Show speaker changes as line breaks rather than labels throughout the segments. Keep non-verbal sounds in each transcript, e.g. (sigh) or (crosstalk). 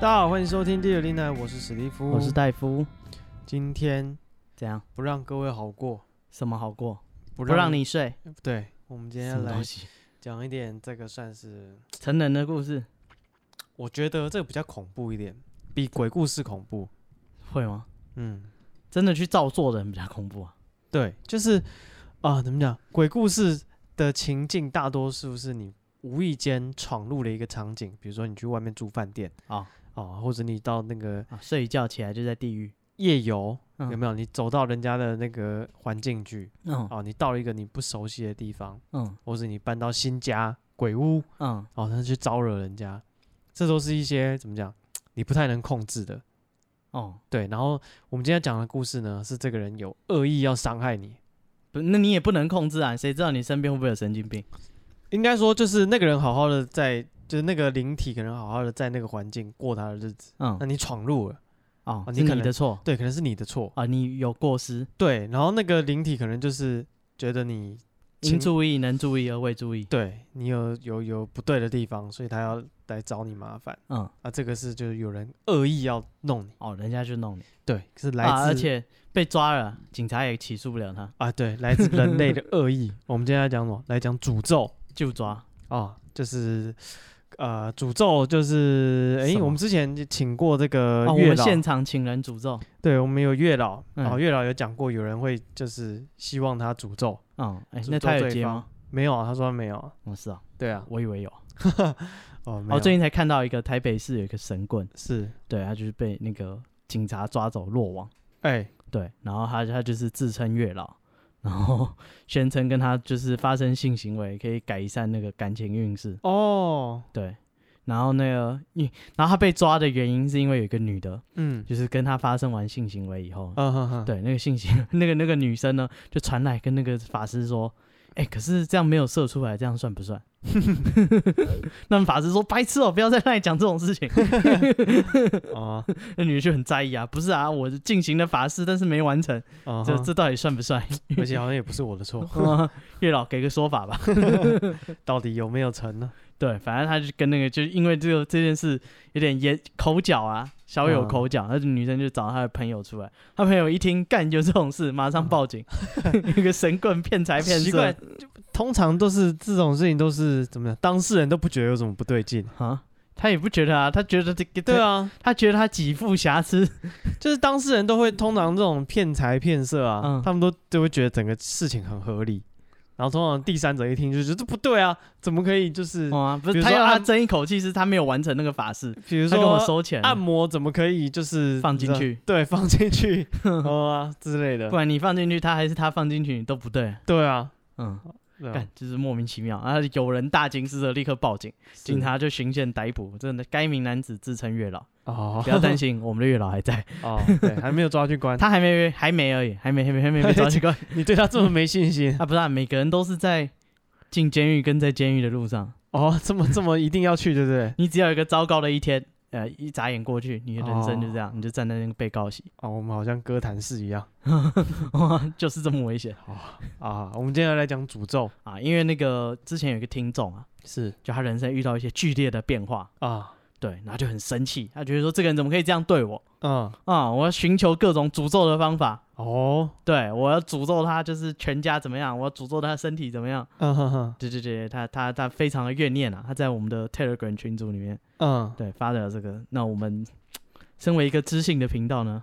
大家好，欢迎收听《第二丽娜》，我是史蒂夫，
我是戴夫。
今天
怎样？
不让各位好过，
什么好过？
不
不
让
让你睡。
对，我们今天
什
要
么
来
东西？
讲一点这个算是，
成人的故事
我觉得这个比较恐怖一点，比鬼故事恐怖。
会吗？
嗯，
真的去照做的人比较恐怖啊。
对，就是啊、怎么讲？鬼故事的情境大多数是你无意间闯入了一个场景，比如说你去外面住饭店
啊
啊，或者你到那个
啊，睡一觉起来就在地狱。
夜游，
嗯
有没有？你走到人家的那个环境去
嗯
哦、你到了一个你不熟悉的地方，
嗯
或者你搬到新家鬼屋。
嗯，
哦，他去招惹人家，这都是一些怎么讲，你不太能控制的。
哦，
对，然后我们今天讲的故事呢，是这个人有恶意要伤害你，
不，那你也不能控制啊，谁知道你身边会不会有神经病？
应该说就是那个人好好的在，就是那个灵体可能好好的在那个环境过他的日子，
嗯
那你闯入了，
哦，
啊
是
你可
你
能
的错
对，可能是你的错，
啊，你有过失，
对，然后那个灵体可能就是觉得你
应
情
注意能注意而未注意。
对你有有有不对的地方，所以他要来找你麻烦
嗯，
啊，这个是就是有人恶意要弄你，
哦，人家就弄你
对，是来自、
啊，而且被抓了，警察也起诉不了他，
啊，对，来自人类的恶意。 (laughs) 我们今天来讲什么？来讲诅咒
就抓。
啊、就是呃，诅咒就是，诶，
什么
我们之前就请过这个
哦，我
呃月
们
老，
现场请人诅咒。
对我们有月老啊、
嗯
月老有讲过，有人会就是希望他诅咒，
嗯，哎
诅，
那
咒
他有
对
接
方
吗？
没有啊，他说他没有啊，
哦，是啊，
对啊，
我以为有。
哦，没有，
哦，最近才看到一个台北市有一个神棍，
是，
对他就是被那个警察抓走落网，
哎，
对，然后他他就是自称月老， (laughs) 然后宣称跟他就是发生性行为可以改善那个感情运势，
哦，
对，然后那个因然后他被抓的原因是因为有一个女的，
嗯，
就是跟他发生完性行为以后，
啊哈哈，
对那个性行 (laughs) 那个那个女生呢就传来跟那个法师说。哎、可是这样没有射出来，这样算不算？ (laughs) 那法师说：“白痴哦、不要在那里讲这种事情。” (laughs)
啊
那女的就很在意啊，不是啊，我进行了法事，但是没完成，
啊，
这这到底算
(laughs)
不算？嗯
而且好像也不是我的
(laughs)
错，
月老给个说法吧。
到底有没有成呢？
对，反正他就跟那个，就是因为这个这件事有点也口角啊，小有
嗯
口角，那、女生就找她的朋友出来，她朋友一听干有这种事，马上
(laughs)
报警，一个神棍骗财骗
啊奇怪
色
通常都是这种事情，都是怎么样？当事人都不觉得有什么不对劲。
啊，他也不觉得啊，他觉得这个
对，啊，
他他觉得他几副
(laughs)
瑕疵，
就是当事人都会通常这种骗财骗色啊，
嗯
他们都就会觉得整个事情很合理，然后通常第三者一听就觉得这不对啊，怎么可以就是，
哦啊，不
比
是
如
他
说
要他
按
争一口气，是他没有完成那个法事，
比如
他跟我
说
收钱，
按摩怎么可以就是
放进
你知道
去
对， (laughs) 放进去哦啊之类的
不，然你放进去他还是他放进去，你都不对，
对啊，
嗯。
对啊
干，就是莫名其妙啊！有人大惊失色，立刻报警，
是
警察就循线逮捕。真的，该名男子自称月 (laughs) 老，
哦
不要担心，我们的月老还 (laughs) 在，
(laughs) 哦，对，还没有抓去关，
他还没还没而已，还没还没还没被抓起关
你对他这么没信
(laughs)
心
啊！不是、啊，每个人都是在进监狱跟在监狱的路上，
哦，这么这么一定要去，对不对？
你只要有一个糟糕的一天，呃，一眨眼过去，你的人生就这样，你就站在那个被告席，
哦，我们好像歌坛式一样
(laughs) 哇，就是这么危险
啊，我们今天来讲诅咒
啊！因为那个之前有一个听众啊，
是
就他人生遇到一些剧烈的变化，
啊，
对，然后就很生气，他觉得说这个人怎么可以这样对我？
嗯，
啊、我要寻求各种诅咒的方法。
哦，
对，我要诅咒他，就是全家怎么样，我要诅咒他身体怎么样。
嗯哼哼，
对对对，他他他非常的怨念啊，他在我们的 Telegram 群组里面，
嗯，
对发表了这个。那我们身为一个知性的频道呢，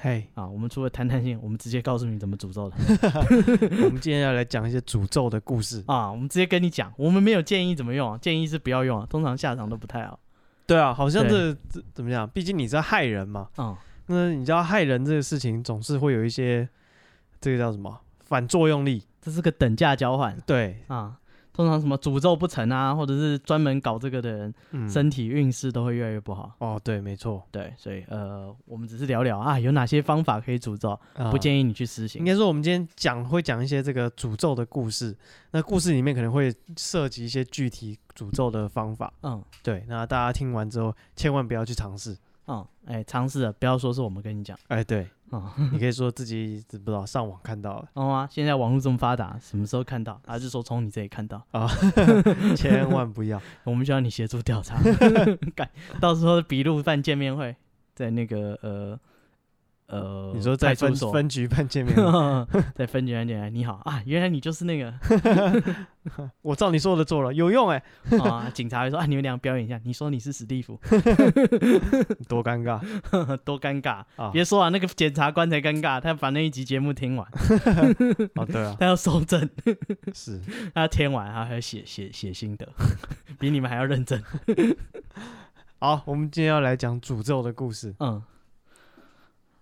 嘿。
啊，我们除了谈谈性，我们直接告诉你怎么诅咒的
我们今天要来讲一些诅咒的故
(laughs)
事。
啊，我们直接跟你讲，我们没有建议怎么用、啊，建议是不要用啊，通常下场都不太好。
对啊，好像
对
这这怎么讲？毕竟你在害人嘛，
嗯，
那你知道害人这个事情总是会有一些这个叫什么反作用力？
这是个等价交换
对，
啊。通常什么诅咒不成啊，或者是专门搞这个的人，
嗯，
身体运势都会越来越不好。
哦，对，没错，
对，所以呃，我们只是聊聊啊，有哪些方法可以诅咒，
啊
不建议你去施行
应。该说，我们今天讲会讲一些这个诅咒的故事，那故事里面可能会涉及一些具体诅咒的方法。
嗯
对，那大家听完之后，千万不要去尝试。
嗯，哎，尝试了，不要说是我们跟你讲
哎，
(laughs)
对，
啊。
你可以说自己不知道上网看到了
哦啊，现在网络这么发达，什么时候看到啊？就说从你这里看到，
啊，千万不
(laughs)
要。
我们需要你协助调查。 (laughs) 干到时候笔录办见面会，在那个呃呃，
你说在
派出
分
所，，
分局办见面
(laughs) 在分局安检来，你好啊，原来你就是那个
我照你说的做了，有用
(laughs)
哎、
啊，警察会说啊，你们俩表演一下，你说你是史蒂夫， (laughs)
多尴尬
多尴尬。
啊！
别说啊，那个检察官才尴尬，他把那一集节目听完，
哦，对啊，
(laughs) 他要收证，
(laughs) 是
他要听完，他还要写写写心得，比你们还要认真。
好，我们今天要来讲诅咒的故事。
嗯，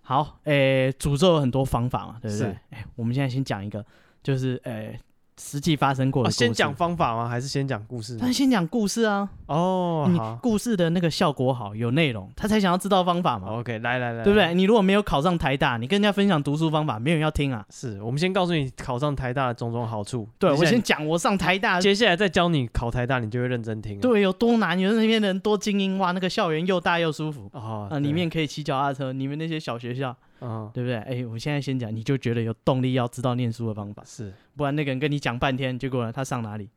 好，诶、诅咒有很多方法嘛，对不对
是？
诶、我们现在先讲一个，就是诶、实际发生过的、
啊、先讲，方法吗？还是先讲故事呢？
但先讲故事啊，
哦，
你
好
故事的那个效果好，有内容，他才想要知道方法嘛，
哦，OK，来来来，
对不
来？
对？你如果没有考上台大，你跟人家分享读书方法，没有人要听啊。
是我们先告诉你考上台大的种种好处。
对
接下
我
来
先讲，我上台大
接下来再教你考台大，你就会认真听了。
对，有多难？有那边人多精英，哇，那个校园又大又舒服
哦对
啊、，里面可以骑脚踏车。你们那些小学校，
嗯
对不对？哎，我现在先讲，你就觉得有动力要知道念书的方法， (laughs)
是
不然那个人跟你讲半天，结果呢，他上哪里？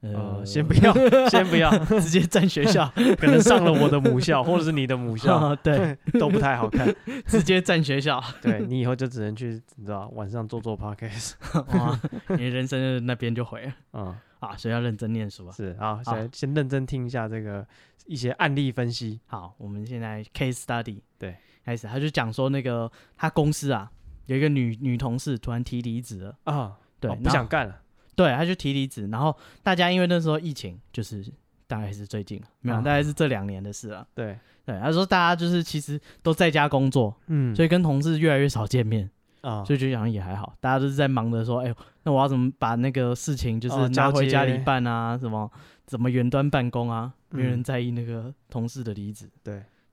呃，先不要，先不要，
(laughs) 直接占学校，
可能上了我的母
(laughs)
校或者 (laughs) 是你的母校
啊
(laughs)
对，
都不太好
(laughs)
看。
直接占学
(laughs)
校，
对你以后就只能去，你知道，晚上做做 podcast
哇，你人生的那边就毁了
啊，
啊！所以要认真念书啊。
是好，先先认真听一下这个一些案例分析。
好，我们现在 case study，
对，
开始他就讲说那个他公司啊有一个女女同事突然提离职了，
啊，
对，
哦不
然后
想干了，
对，他就提离职，然后大家因为那时候疫情，就是大概是最近了没有，
啊
大概是这两年的事啊了。
对，
对，他说大家就是其实都在家工作，
嗯
所以跟同事越来越少见面，
啊，
所以就想也还好，大家都是在忙着说，哎呦，那我要怎么把那个事情就是
哦
拿
交
回家
接
里办啊，什么怎么远端办公啊，没有人
嗯
在意那个同事的离职。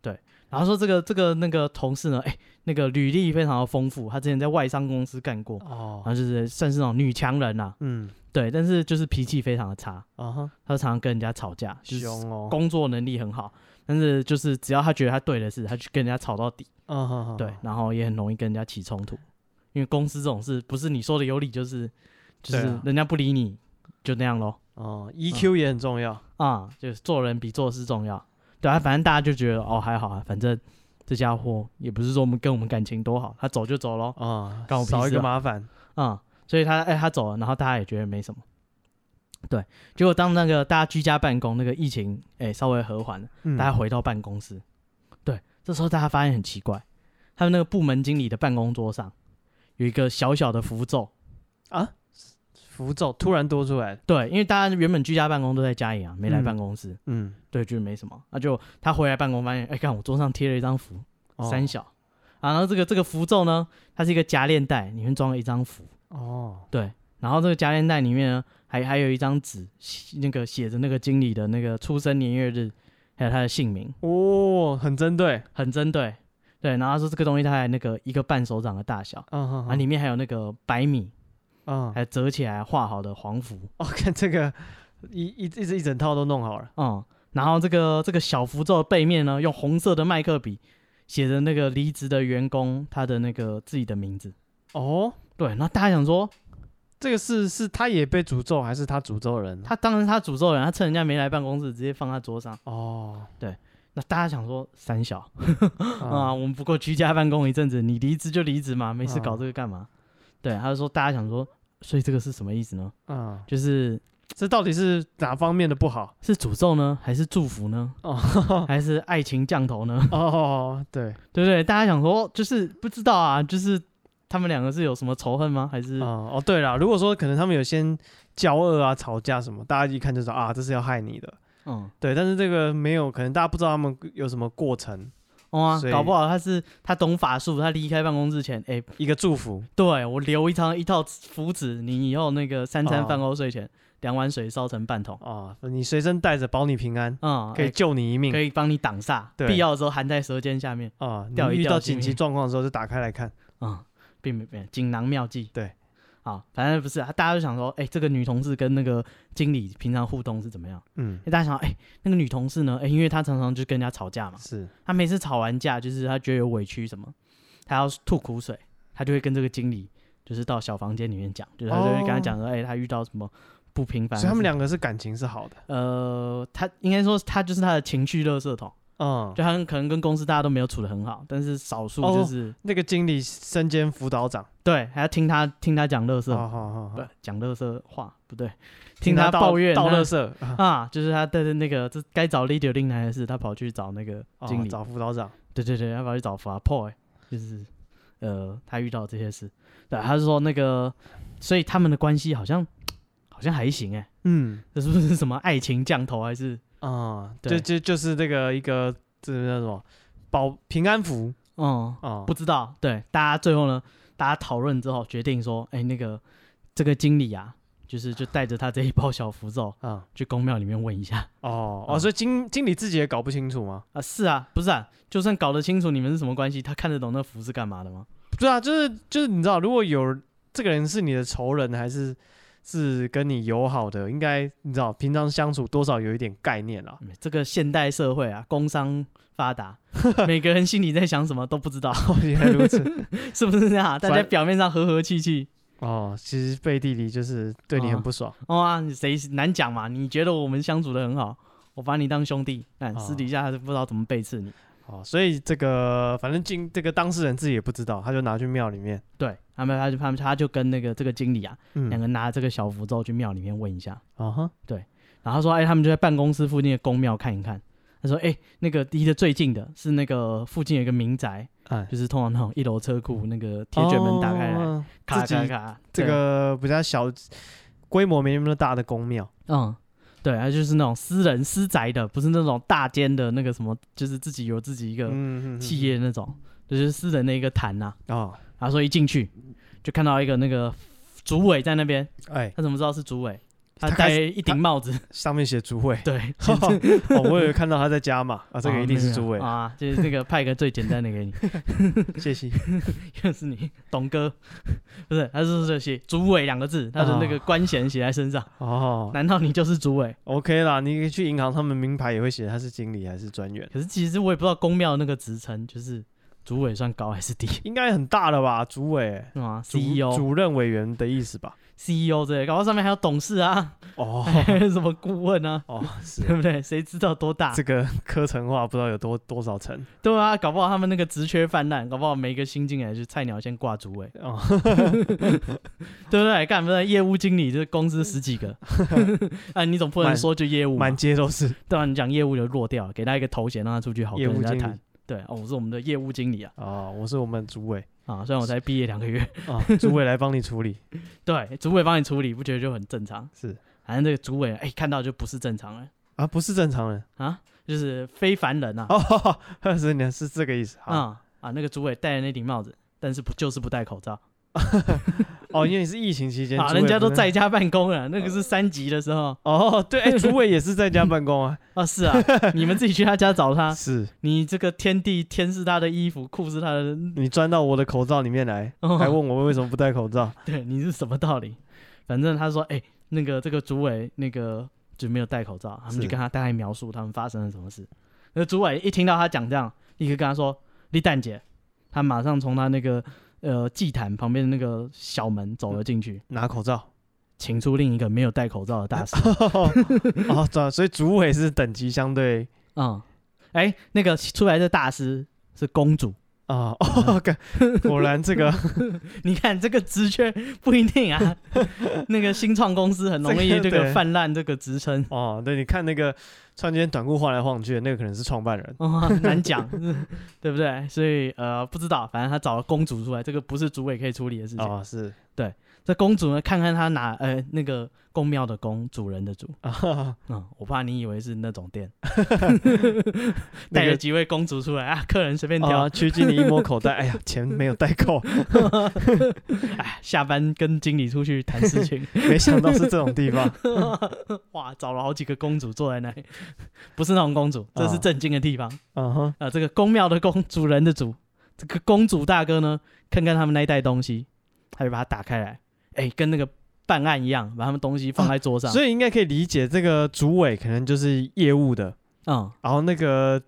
对，
然后说这个这个那个同事呢，哎，那个履历非常的丰富，他之前在外商公司干过，然
哦，
后就是算是那种女强人呐、啊
嗯
对，但是就是脾气非常的差，
啊哈，
他常常跟人家吵架，就是
凶哦，
工作能力很好，但是就是只要他觉得他对的事，他去跟人家吵到底，
啊哈哈，
对，然后也很容易跟人家起冲突，因为公司这种事不是你说的有理就是，就
对
是
啊
人家不理你就那样咯。
哦，EQ 也很重要，
啊、就是做人比做事重要，对啊，反正大家就觉得哦还好啊，反正这家伙也不是说我们跟我们感情多好，他走就走咯。
啊
干我，屁
少一
事
个
啊
麻烦，
嗯，所以他哎、他走了，然后大家也觉得没什么。对，结果当那个大家居家办公，那个疫情哎、稍微和缓了，
嗯
大家回到办公室，对，这时候大家发现很奇怪，他们那个部门经理的办公桌上有一个小小的符咒，
啊，符咒突然多出来，
对，因为大家原本居家办公都在家里啊，没来
嗯
办公室，
嗯，
对，就没什么。那、就他回来办公发现，哎、看我桌上贴了一张符，
哦
三小。啊，然后这个这个符咒呢，它是一个夹链袋，里面装了一张符，
哦，
对，然后这个夹链袋里面呢，还还有一张纸，写那个写着那个经理的那个出生年月日，还有他的姓名，
哦，很针对，
很针对。对，然后他说这个东西它还那个一个半手掌的大小，
嗯
啊，里面还有那个白米，
嗯，
还折起来画好的黄符，
哦， (laughs) 看这个一一一直一整套都弄好了，
嗯，然后这个这个小符咒的背面呢，用红色的麦克笔写着那个离职的员工他的那个自己的名字。
哦，
对，然后大家想说，
这个是是他也被诅咒，还是他诅咒人？
他当然他诅咒人，他趁人家没来办公室直接放他桌上。
哦，
那大家想说，三小，啊、
啊，
我们不过居家办公一阵子，你离职就离职嘛，没事
啊
搞这个干嘛？对，他就说大家想说，所以这个是什么意思呢？
嗯，
就是
这到底是哪方面的不好？
是诅咒呢，还是祝福呢，
哦
还是爱情降头呢？
(laughs)
(laughs)
哦，对，
对不对？大家想说，哦就是不知道啊，就是他们两个是有什么仇恨吗？还是、
哦哦对了，如果说可能他们有先交恶啊、吵架什么，大家一看就知道啊，这是要害你的。
嗯
对，但是这个没有，可能大家不知道他们有什么过程
哦啊
所，以
搞不好他是他懂法术，他离开办公室前，哎、
一个祝福，
对我留一张一套符纸，你以后那个三餐
哦
饭后睡前两碗水烧成半桶，
啊，你随身带着保你平安，
嗯，
可以
哎
救你一命
可以帮你挡煞，
对
必要的时候含在舌尖下面，
啊。你
吊一
遇
吊
到
性
紧
命
急状况的时候就打开来看，
嗯，并没没锦囊妙计，
对，
好，反正不是，啊，大家就想说，哎、这个女同事跟那个经理平常互动是怎么样？
嗯，
哎，大家想，哎、那个女同事呢？哎、因为她常常就跟人家吵架嘛，
是
她每次吵完架，就是她觉得有委屈什么，她要吐苦水，她就会跟这个经理，就是到小房间里面讲，就是她就会跟他讲说，哎、她遇到什么不平凡
哦所
的
以
事，
他们两个是感情是好的，
呃，她应该说她就是她的情绪垃圾桶，
嗯，
就她可能跟公司大家都没有处的很好，但是少数
哦
就是、
那个经理身兼辅导长，
对，还要听她听她讲垃圾，
好好好
不
好，
讲垃圾话不对，
哦听
听她
到
抱怨
到
她
乐色啊
(laughs) 啊，就是她对对那个这该找 leader 另来的事，她跑去找那个
哦
经理，
找辅导长，
对对对，他跑去找法破、欸，就是呃，他遇到这些事，对，他是说那个，所以他们的关系好像好像还行哎、
嗯
这是不是什么爱情降头还是
啊，就
对
就就是这个一个这个叫什么保平安符
嗯
啊，
不知道？对，大家最后呢，大家讨论之后决定说，哎、那个这个经理啊，就是就带着他这一包小符咒
啊
去公庙里面问一下
哦
啊
哦，所以经经理自己也搞不清楚吗？
啊，是啊，不是啊，就算搞得清楚你们是什么关系，他看得懂那符是干嘛的吗？
对啊，就是就是你知道，如果有这个人是你的仇人，还是是跟你友好的，应该你知道平常相处多少有一点概念啦。 (laughs)
嗯这个现代社会啊，工商发达，每个人心里在想什么都不知道，
哦，原来如此
是不是这样啊？大
反
家表面上和和气气，
哦，其实背地里就是对你
啊
很不爽。
哦啊，你谁难讲嘛？你觉得我们相处的很好，我把你当兄弟，但
哦
私底下他是不知道怎么背刺你。
哦，所以这个反正经这个当事人自己也不知道，他就拿去庙里面，
对，他们他就他们他就跟那个这个经理啊，
嗯
两个人拿这个小符咒去庙里面问一下，
啊哈，
然后他说，哎，他们就在办公室附近的公庙看一看。他说，哎，那个离得最近的是那个附近有一个民宅，
哎，
就是通常那种一楼车库那个铁卷门打开来，
哦
咔
自
咔
己
咔，
这
对
个比较小规模没那么大的宫庙，
嗯，对，它就是那种私人私宅的，不是那种大间的那个什么，就是自己有自己一个
嗯，嗯嗯
企业那种，就是私人的一个坛呐、
哦，
然后说一进去就看到一个那个主委在那边，
哎，
他怎么知道是主委？他
他
戴
开始
一顶帽子，，
上面写主委
(laughs) 对，
(laughs) 哦，我有看到他在加码啊，这个一定是主委
啊没有，啊，就是这个派个最简单的给你， (laughs)
谢谢。
又是你董哥，不是，他是这些主委两个字，他的那个
哦
官衔写在身上，
哦
难道你就是主委？
，OK 啦，你去银行，他们名牌也会写他是经理还是专员，
可是其实我也不知道公庙那个职称就是主委算高还是低。
应该很大了吧？主委、
什么
主
CEO、
主任委员的意思吧？
CEO 之类，搞到上面还有董事啊，
哦
(laughs) 什么顾问啊，
哦，
(laughs)
是
对不对？谁知道多大
这？个科层化不知道有多多少层
对啊，搞不好他们那个职缺泛滥，搞不好每个新进来就菜鸟先挂主委， (laughs)
哦，
对不对？干不对？业务经理就是公司十
(laughs)
几个，啊，你总不能
满
说就业务嘛
满街都是。
对啊吧、你讲业务就弱掉了，给他一个头衔，让他出去好跟
业务
人家
经理
谈。对哦，我是我们的业务经理啊，
哦，我是我们主委
啊，虽然我才毕业两个月， (laughs)
啊，主委来帮你处理。
对，主委帮你处理，不觉得就很正常？
是
反正这个主委，哎，看到就不是正常人
啊，不是正常人
啊，就是非凡人啊。
哦，是你是这个意思啊？
啊、啊！那个主委戴的那顶帽子，但是不就是不戴口罩
哦，因为你是疫情期间
啊？
主委
人家都
不能
在家办公了，那个是三级的时候
哦，
(laughs)
对，哎主委也是在家办公啊，
啊，是啊，你们自己去他家找他，
是
你这个天地天是他的衣服，裤是他的，
你钻到我的口罩里面
(laughs)
来，
哦
还问我为什么不戴口罩？
对，你是什么道理？反正他说，哎、那个这个主委那个就没有戴口罩，他们就是跟他大概描述他们发生了什么事。那主委一听到他讲这样，立刻跟他说：“李蛋姐。”他马上从他那个呃祭坛旁边的那个小门走了进去，
拿口
(laughs)
罩。
请出另一个没有戴口罩的大师。
哦，对啊，所以主委是等级相对
嗯，哎，那个出来的大师是公主，
啊，
嗯
(laughs) 哦，
(laughs)
干果然这个
你看这个职缺不一定啊， (laughs) 那个新创公司很容易
这个
这个
对
泛滥这个职称，
哦，对，你看那个穿件短裤晃来晃去的那个可能是创办人，
哦，很难讲， (laughs) 对不对？所以呃，不知道，反正他找了公主出来，这个不是主委可以处理的事情。
哦，是 (laughs)
这公主呢，看看她哪呃那个宫庙的宫，主人的主，
啊，
嗯，我怕你以为是那种店，
那
带了
个
几位公主出来啊，客人随便挑，
啊，曲经理一摸口袋，哎呀，钱没有带够，
(laughs) 哎，下班跟经理出去谈事情，
没想到是这种地
(laughs)
方。
哇，找了好几个公主坐在那里，不是那种公主，这
啊
是正经的地方
嗯哼，
啊。这个宫庙的宫，主人的主，这个公主大哥呢，看看他们那一袋东西，他就把它打开来，哎，跟那个办案一样，把他们东西放在桌上，
所以应该可以理解，这个主委可能就是业务的，
嗯，
然后那个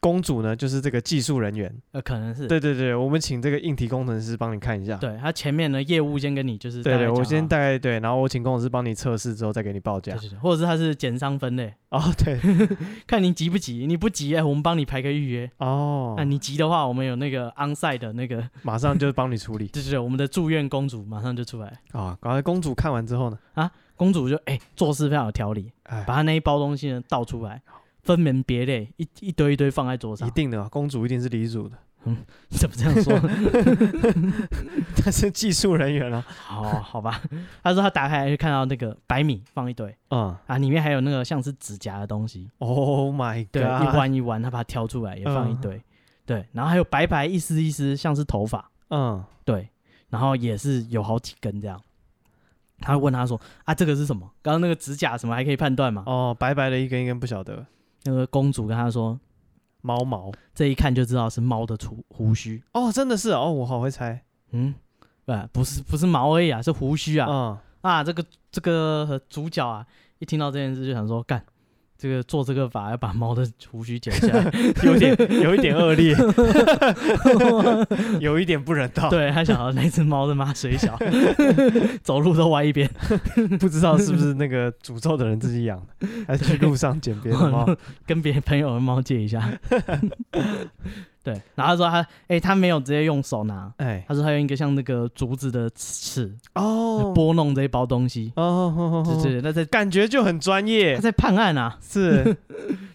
公主呢，就是这个技术人员。
呃，可能是。
对对对，我们请这个硬体工程师帮你看一下。
对他前面呢，业务先跟你就是
对
大
对，
概
我
讲啊
先
好
大概对，然后我请工程师帮你测试之后再给你报价
对。对对，或者是他是减商分类，
哦，对，
(laughs) 看你急不急，你不急，哎，我们帮你排个预约。
哦
那、，你急的话，我们有那个 onsite 的那个，
马上就帮你处
(laughs)
理
就是我们的住院公主马上就出来。
啊。搞得公主看完之后呢，
公主就哎、做事非常有条理，
哎，
把她那一包东西呢倒出来，分门别类，一一堆一堆放在桌上
一。定的，啊公主一定是李主的， (laughs)
你怎么这样说？
她是技术人员啊。
好好吧，她说她打开来就看到那个白米放一堆
嗯
啊，里面还有那个像是指甲的东西，
，Oh my
对，一
god，
弯一弯，她把它挑出来也放一
嗯
堆，对，然后还有白白一丝一丝像是头发，
嗯，
对，然后也是有好几根这样。他问他说：“啊，这个是什么？刚刚那个指甲什么还可以判断吗
哦，白白的一根一根不晓得，？”
那个公主跟他说
毛毛。：“
这一看就知道是猫的胡胡须。
哦，真的是哦，我好会猜”
嗯，啊，不是不是毛而已啊，是胡须啊！
啊。
啊，这个这个主角啊，一听到这件事就想说：“干，这个做这个法要把猫的胡须剪下
(laughs)
来。
有点有一点恶劣，有一点不人”道，
对他想到那只猫的妈水
(laughs)
小，走路都歪一边，
不知道是不是那个诅咒的人自己养的，还是去路上捡别的猫？
(laughs) 跟别人朋友的猫借一下。
(laughs)
对，然后他说他，哎、他没有直接用手拿，
哎，
他说他用一个像那个竹子的尺
哦，
拨弄这一包东西，
哦哦，
就
哦哦
是那在
感觉就很专
他
业，
在判案啊，
是，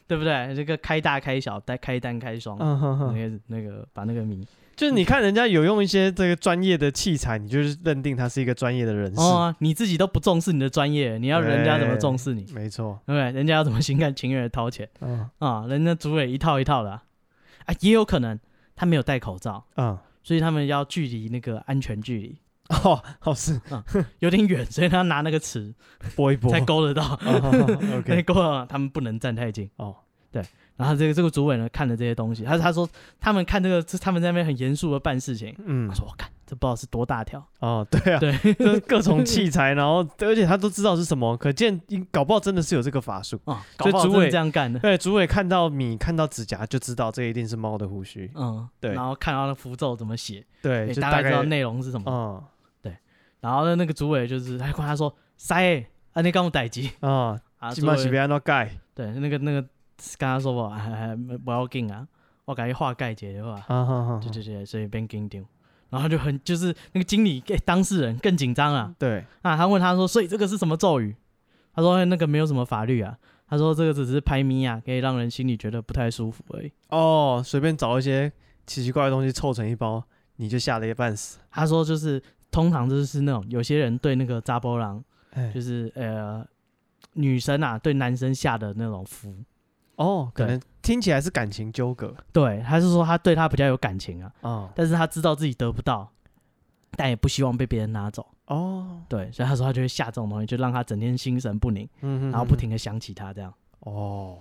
对不对？这个开大开小，单开单开双，
嗯哼
那
哼，
个那个把那个米，
就是你看人家有用一些这个专业的器材，你就是认定他是一个专业的人士，
哦、啊，你自己都不重视你的专业，你要人家怎么重视你？
没错，
对不对？人家要怎么心甘情愿的掏钱
嗯
啊？人家主委一套一套的啊，啊也有可能他没有戴口罩，
嗯，
所以他们要距离那个安全距离。
哦，哦是
有点远，所以他拿那个尺
拨一拨
才勾得到，
哦好好
但是
(laughs) ，OK，
勾了他们不能站太近。
哦，
然后这个这个主委呢看了这些东西，他他说他们看这个，他们在那边很严肃的办事情。
嗯
他，说我看这不知道是多大条，
哦，对啊，
对，
就是各种器材，然后而且他都知道是什么，可见搞不好真的是有这个法术。
啊，
所以
搞不好
主
真的
委
这样干的。
对，主委看到米，看到指甲就知道这一定是猫的胡须。
嗯，
对
然后看到那符咒怎么写，
对，
哎
就
大
大
概哦知道内容是什么。
嗯
然后呢，那个主委就是还跟他说塞欸，啊你干我逮鸡
啊，
啊，
基
主
本上是
委
被安到盖
对那个那个跟他说吧，哎哎不要紧啊，我感觉化解解的话，
啊哈哈
对，对对，所以变紧张，然后就很就是那个经理给、当事人更紧张了
对，
啊，他问他说，所以这个是什么咒语？他说、哎那个没有什么法律啊，他说这个只是拍咪啊，可以让人心里觉得不太舒服而已。
哦，随便找一些奇奇怪怪的东西凑成一包，你就吓得一半死。
他说就是通常就是那种有些人对那个扎波郎
哎
就，是呃女生啊对男生下的那种符，
哦，可
对
能听起来是感情纠葛
对，他是说他对他比较有感情啊，
啊，
但是他知道自己得不到，但也不希望被别人拿走，
哦，
对，所以他说他就会下这种东西，就让他整天心神不宁。
嗯，
然后不，停的想起他这样。
哦，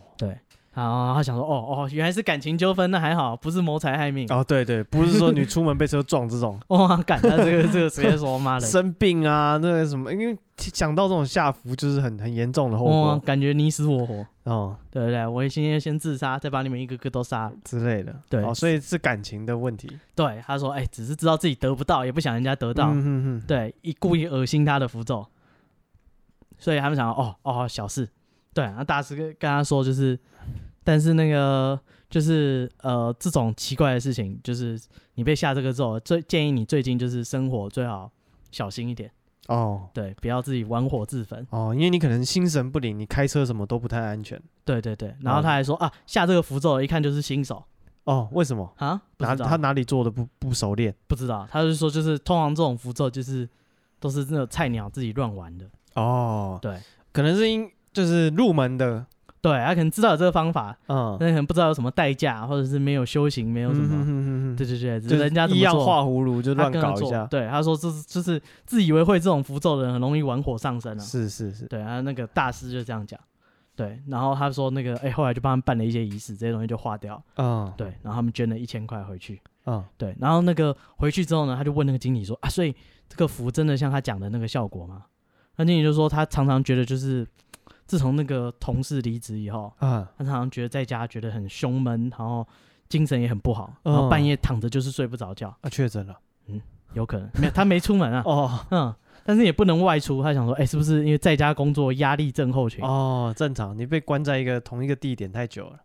然后他想说，哦哦，原来是感情纠纷，那还好，不是谋财害命。
哦，对对，不是说你出门被车撞这种，
哇，感他这个这个直接说妈的，
生病啊，那个什么，因为想到这种下浮就是很很严重的后
哇，
果
感觉你死我活，
哦
对不对？我今天先自杀，再把你们一个个都杀了。
之类的，
对
哦，所以是感情的问题，
对，他说，哎，只是知道自己得不到，也不想人家得到，
嗯哼哼，
对，一故意恶心他的符咒，所以他们想，哦哦，小事。对，然后大师跟跟他说，就是，但是那个就是呃，这种奇怪的事情，就是你被下这个咒，最建议你最近就是生活最好小心一点，
哦
对，不要自己玩火自焚。
哦，因为你可能心神不宁，你开车什么都不太安全，
对对对，然后他还说、啊，下这个符咒一看就是新手
哦，为什么？
啊，不
哪
知道
他哪里做的不不熟练？
不知道，他就说就是通常这种符咒就是都是那种菜鸟自己乱玩的。
哦，
对
可能是因就是入门的，
对，他可能知道有这个方法，
嗯，
但可能不知道有什么代价，或者是没有修行，没有什么。
么
对对对，
嗯
只
就是
人家怎
一
么
样
做，
画葫芦就
他
乱
跟着
搞一
做
下，
对，啊他说这是就是自以为会这种符咒的人，很容易玩火上身啊。
是是是，
对啊，那个大师就这样讲。对，然后他说那个，哎、后来就帮他们办了一些仪式，这些东西就化掉。
嗯，
对，然后他们捐了一千块回去。
嗯，
对，然后那个回去之后呢，他就问那个经理说啊，所以这个符真的像他讲的那个效果吗？那经理就说他常常觉得就是，自从那个同事离职以后，
嗯，
他常常觉得在家觉得很胸闷，然后精神也很不好，
嗯
然后半夜躺着就是睡不着觉，
啊，确诊了，
有可能没有他没出门啊，
(laughs) 哦
嗯，但是也不能外出，他想说，哎、是不是因为在家工作压力症候群？
哦，正常，你被关在一个同一个地点太久了，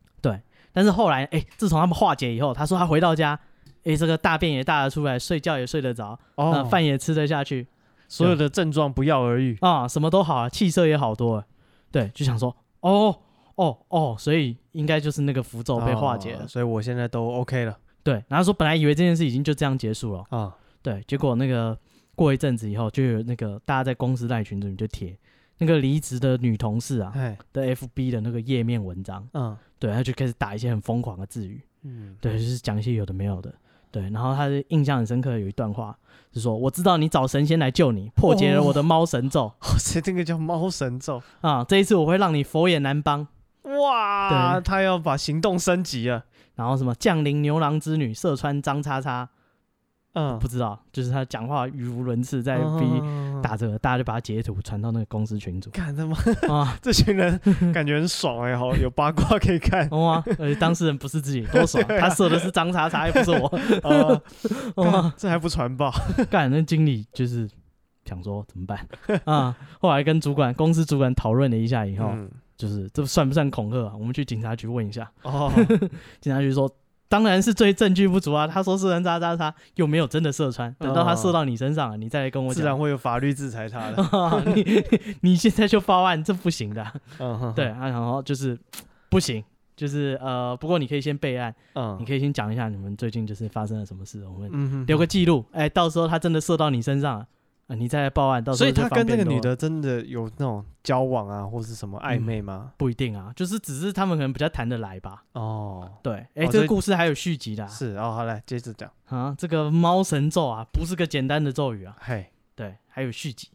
但是后来，哎、自从他们化解以后，他说他回到家，哎、这个大便也大得出来，睡觉也睡得着，呃
哦，
饭也吃得下去
所有的症状不药而愈，
啊、什么都好啊，气色也好多了。对，就想说，哦哦哦，所以应该就是那个符咒被化解了。
哦所以我现在都 OK 了
对，然后说本来以为这件事已经就这样结束了，
啊，
对，结果那个过一阵子以后，就有那个大家在公司赖群组里面就贴那个离职的女同事啊
哎，
的 FB 的那个页面文章，
嗯
对，他就开始打一些很疯狂的字语。
嗯， (laughs)
对，就是讲一些有的没有的。对，然后他的印象很深刻，有一段话是说：“我知道你找神仙来救你，破解了我的猫神咒
哇塞，这个叫猫神咒，
啊、这一次我会让你佛眼难帮。
哇，
对
他要把行动升级啊了，”
然后什么降临牛郎织女，射穿张叉叉，
嗯
不，知道，就是他讲话语无伦次，在逼
嗯
打折，大家就把他截图传到那个公司群组
干他妈， (laughs)
啊，。
这群人感觉很爽哎、好有八卦可以看
(laughs) 哇、而且哦啊呃当事人不是
(laughs)
自己，多爽！
对啊
他射的是张叉叉，又不是
(laughs)
我，
呃，
哇
干这还不传报？
干，那经理就是想说怎
(laughs)
么办啊？后来跟主管、公司主管讨论了一下以后，
嗯，
就是这算不算恐吓啊？我们去警察局问一下。
哦，
警察局说，当然是最证据不足啊。他说射穿渣渣渣，又没有真的射
哦
穿。等到他射到你身上了，你再来跟我
自
讲
然。会有法律制裁他的。
啊 (laughs) 你你现在就报案，这不行的啊、
嗯，哼
对，，啊然后就是不行，就是呃，不过你可以先备案，
嗯
你，可以先讲一下你们最近就是发生了什么事，我们
嗯哼，
留个记录。哎、到时候他真的射到你身上了，啊，你再来报案。到时
所
候
以
就
他
方
跟
便
那个女
多了
的真的有那种交往啊，或是什么暧昧吗？
不一定啊，就是只是他们可能比较谈得来吧。
哦，
对，哎、
哦
这
所
个
以
故事还有续集的、啊。
是哦，好来接着讲。
啊，这个猫神咒啊，不是个简单的咒语啊，
嘿，
对，还有续集，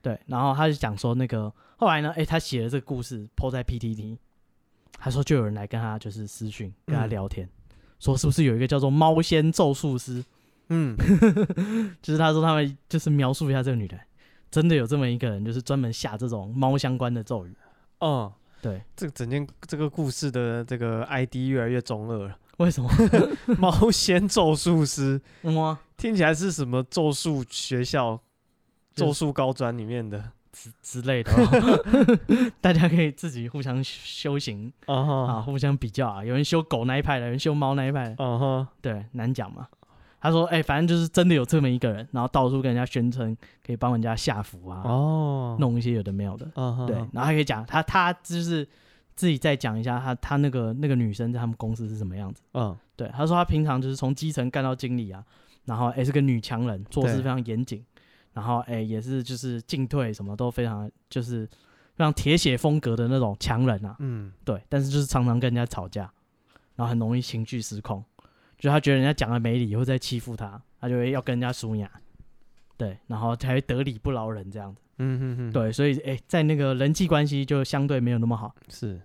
对，然后他就讲说那个后来呢，诶，他写了这个故事 PO 在 PTT，他说就有人来跟他就是私讯跟他
嗯
聊天，说是不是有一个叫做猫仙咒术师， (laughs)
嗯，
就是他说他们就是描述一下这个女人，真的有这么一个人，就是专门下这种猫相关的咒语，
哦，
对，
这整件这个故事的这个 ID 越来越中二了。 (laughs)
为什么？
猫仙咒术师
嗯啊，
听起来是什么咒术学校、
就
咒
是
术高专里面的？
(laughs) 之类的 (laughs) 哦、大家可以自己互相修行
啊
啊，
哈，
互相比较啊，有人修狗那一派的，有人修猫那一派的。
啊哈，
对，难讲嘛。他说：“哎、反正就是真的有这么一个人，然后到处跟人家宣称可以帮人家下符啊，
哦，
弄一些有的没有的。
嗯哼，
对，然后还可以讲他，他就是自己再讲一下他他那个那个女生在他们公司是什么样子。
嗯，
对，他说他平常就是从基层干到经理啊，然后哎、是个女强人，做事
对
非常严谨，然后哎、也是就是进退什么都非常就是非常铁血风格的那种强人啊。
嗯，
对，但是就是常常跟人家吵架，然后很容易情绪失控，就他觉得人家讲的没理，或者在欺负他，他就会要跟人家输赢，对，然后才会得理不饶人这样子。
嗯哼哼，，
对，所以诶，在那个人际关系就相对没有那么好。
是，